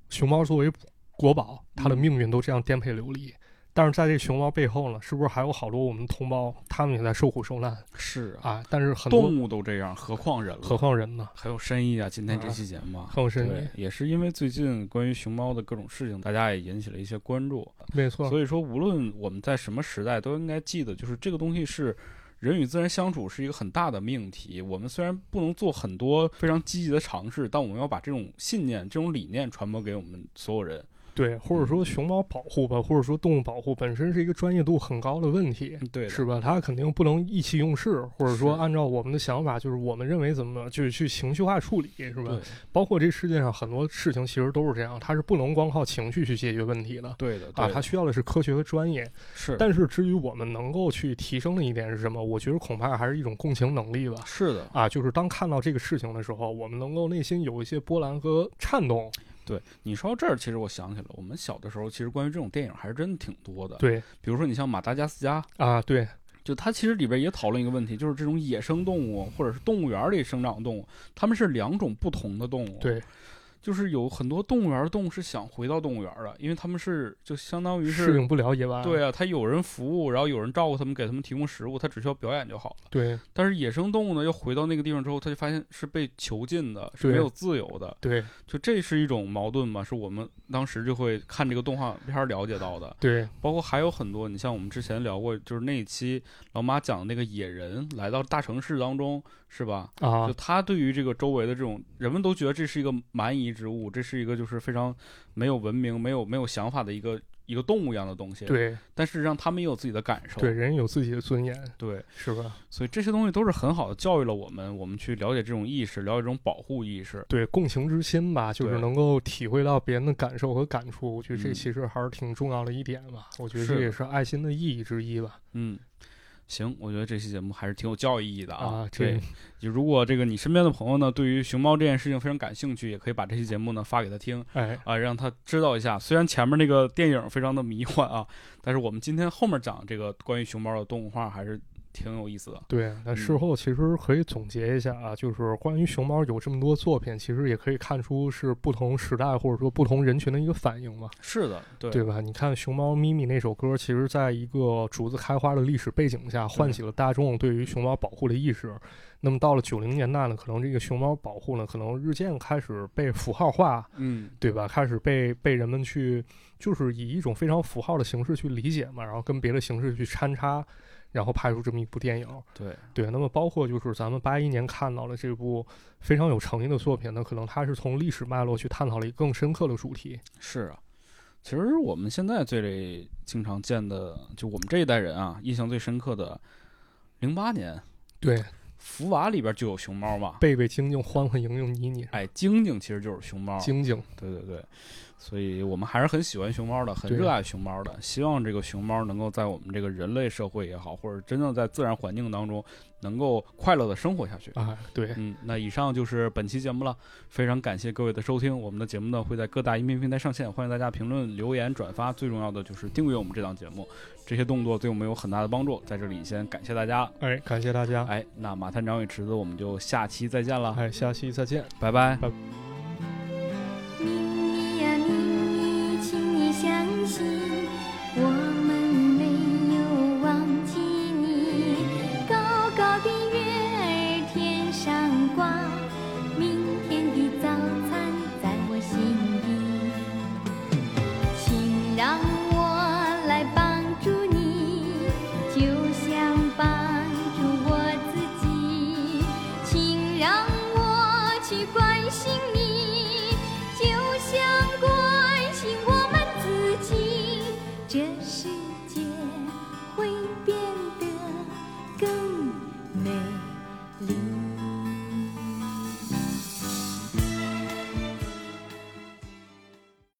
熊猫作为国宝，它的嗯命运都这样颠沛流离。但是在这熊猫背后呢，是不是还有好多我们同胞，他们也在受苦受难是啊，啊？但是很多，动物都这样，何况人了？何况人呢？还有深意啊！今天这啊期节目啊，很有深意对，也是因为最近关于熊猫的各种事情，大家也引起了一些关注。没错，所以说，无论我们在什么时代，都应该记得，就是这个东西是人与自然相处是一个很大的命题。我们虽然不能做很多非常积极的尝试，但我们要把这种信念、这种理念传播给我们所有人。对，或者说熊猫保护吧，或者说动物保护本身是一个专业度很高的问题，嗯对的，是吧？它肯定不能意气用事，或者说是按照我们的想法，就是我们认为怎么就是去情绪化处理，是吧对？包括这世界上很多事情其实都是这样，它是不能光靠情绪去解决问题的。对的，对啊，的它需要的是科学和专业。是，但是至于我们能够去提升的一点是什么，我觉得恐怕还是一种共情能力吧。是的，啊，就是当看到这个事情的时候，我们能够内心有一些波澜和颤动。对你说到这儿，其实我想起了我们小的时候，其实关于这种电影还是真的挺多的。，对比如说你像《马达加斯加》，啊，对，就它其实里边也讨论一个问题，就是这种野生动物或者是动物园里生长的动物，它们是两种不同的动物。对，就是有很多动物园的动物是想回到动物园的，因为它们是就相当于适是。应不了野外。对啊，它有人服务，然后有人照顾它们，给它们提供食物，它只需要表演就好了。对但是野生动物呢，要回到那个地方之后，它就发现是被囚禁的，是没对有自由的。对就这是一种矛盾嘛，是我们当时就会看这个动画片儿了解到的，对包括还有很多，你像我们之前聊过，就是那一期老马讲的那个野人来到大城市当中，是吧？啊就，他对于这个周围的这种，人们都觉得这是一个蛮夷之物，这是一个就是非常没有文明、没有没有想法的一个一个动物一样的东西。，对但是让他们也有自己的感受。对，人有自己的尊严，对，是吧？所以这些东西都是很好的教育了我们，我们去了解这种意识，了解这种保护意识。对，共情之心吧，就是对能够体会到别人的感受和感触，我觉得这嗯其实还是挺重要的一点吧。我觉得是这的也是爱心的意义之一吧。嗯，行，我觉得这期节目还是挺有教育意义的啊。啊这对，就如果这个你身边的朋友呢，对于熊猫这件事情非常感兴趣，也可以把这期节目呢发给他听哎，啊，让他知道一下。虽然前面那个电影非常的迷幻啊， [laughs] 但是我们今天后面讲这个关于熊猫的动画还是挺有意思的。对，那事后其实可以总结一下啊，就是关于熊猫有这么多作品，其实也可以看出是不同时代或者说不同人群的一个反应嘛，是的，对对吧？你看熊猫咪咪那首歌，其实在一个竹子开花的历史背景下，唤起了大众对于熊猫保护的意识。那么到了九零年代呢，可能这个熊猫保护呢，可能日渐开始被符号化，嗯，对吧？开始被被人们去，就是以一种非常符号的形式去理解嘛，然后跟别的形式去掺插，然后拍出这么一部电影。对，对，那么包括就是咱们八一年看到的这部非常有诚意的作品呢，可能它是从历史脉络去探讨了一个更深刻的主题。是啊。其实我们现在最经常见的，就我们这一代人啊，印象最深刻的，零八年对，福娃里边就有熊猫嘛。贝贝、晶晶、欢欢、莹莹、妮妮、哎，晶晶其实就是熊猫，晶晶，对对对，所以我们还是很喜欢熊猫的，很对热爱熊猫的。希望这个熊猫能够在我们这个人类社会也好，或者真正在自然环境当中，能够快乐的生活下去。啊，对，嗯，那以上就是本期节目了，非常感谢各位的收听。我们的节目呢会在各大音频平台上线，欢迎大家评论、留言、转发，最重要的就是订阅我们这档节目，这些动作对我们有很大的帮助。在这里先感谢大家，哎，感谢大家，哎，那马探长与池子，我们就下期再见了，哎，下期再见。拜拜。咪咪呀咪咪，请你相信，我们没有忘记你。高高的月儿天上挂，明天的早餐在我心底。请让我来帮助你，就像帮助我自己。请让我去关心你，就像关心我们自己。这世界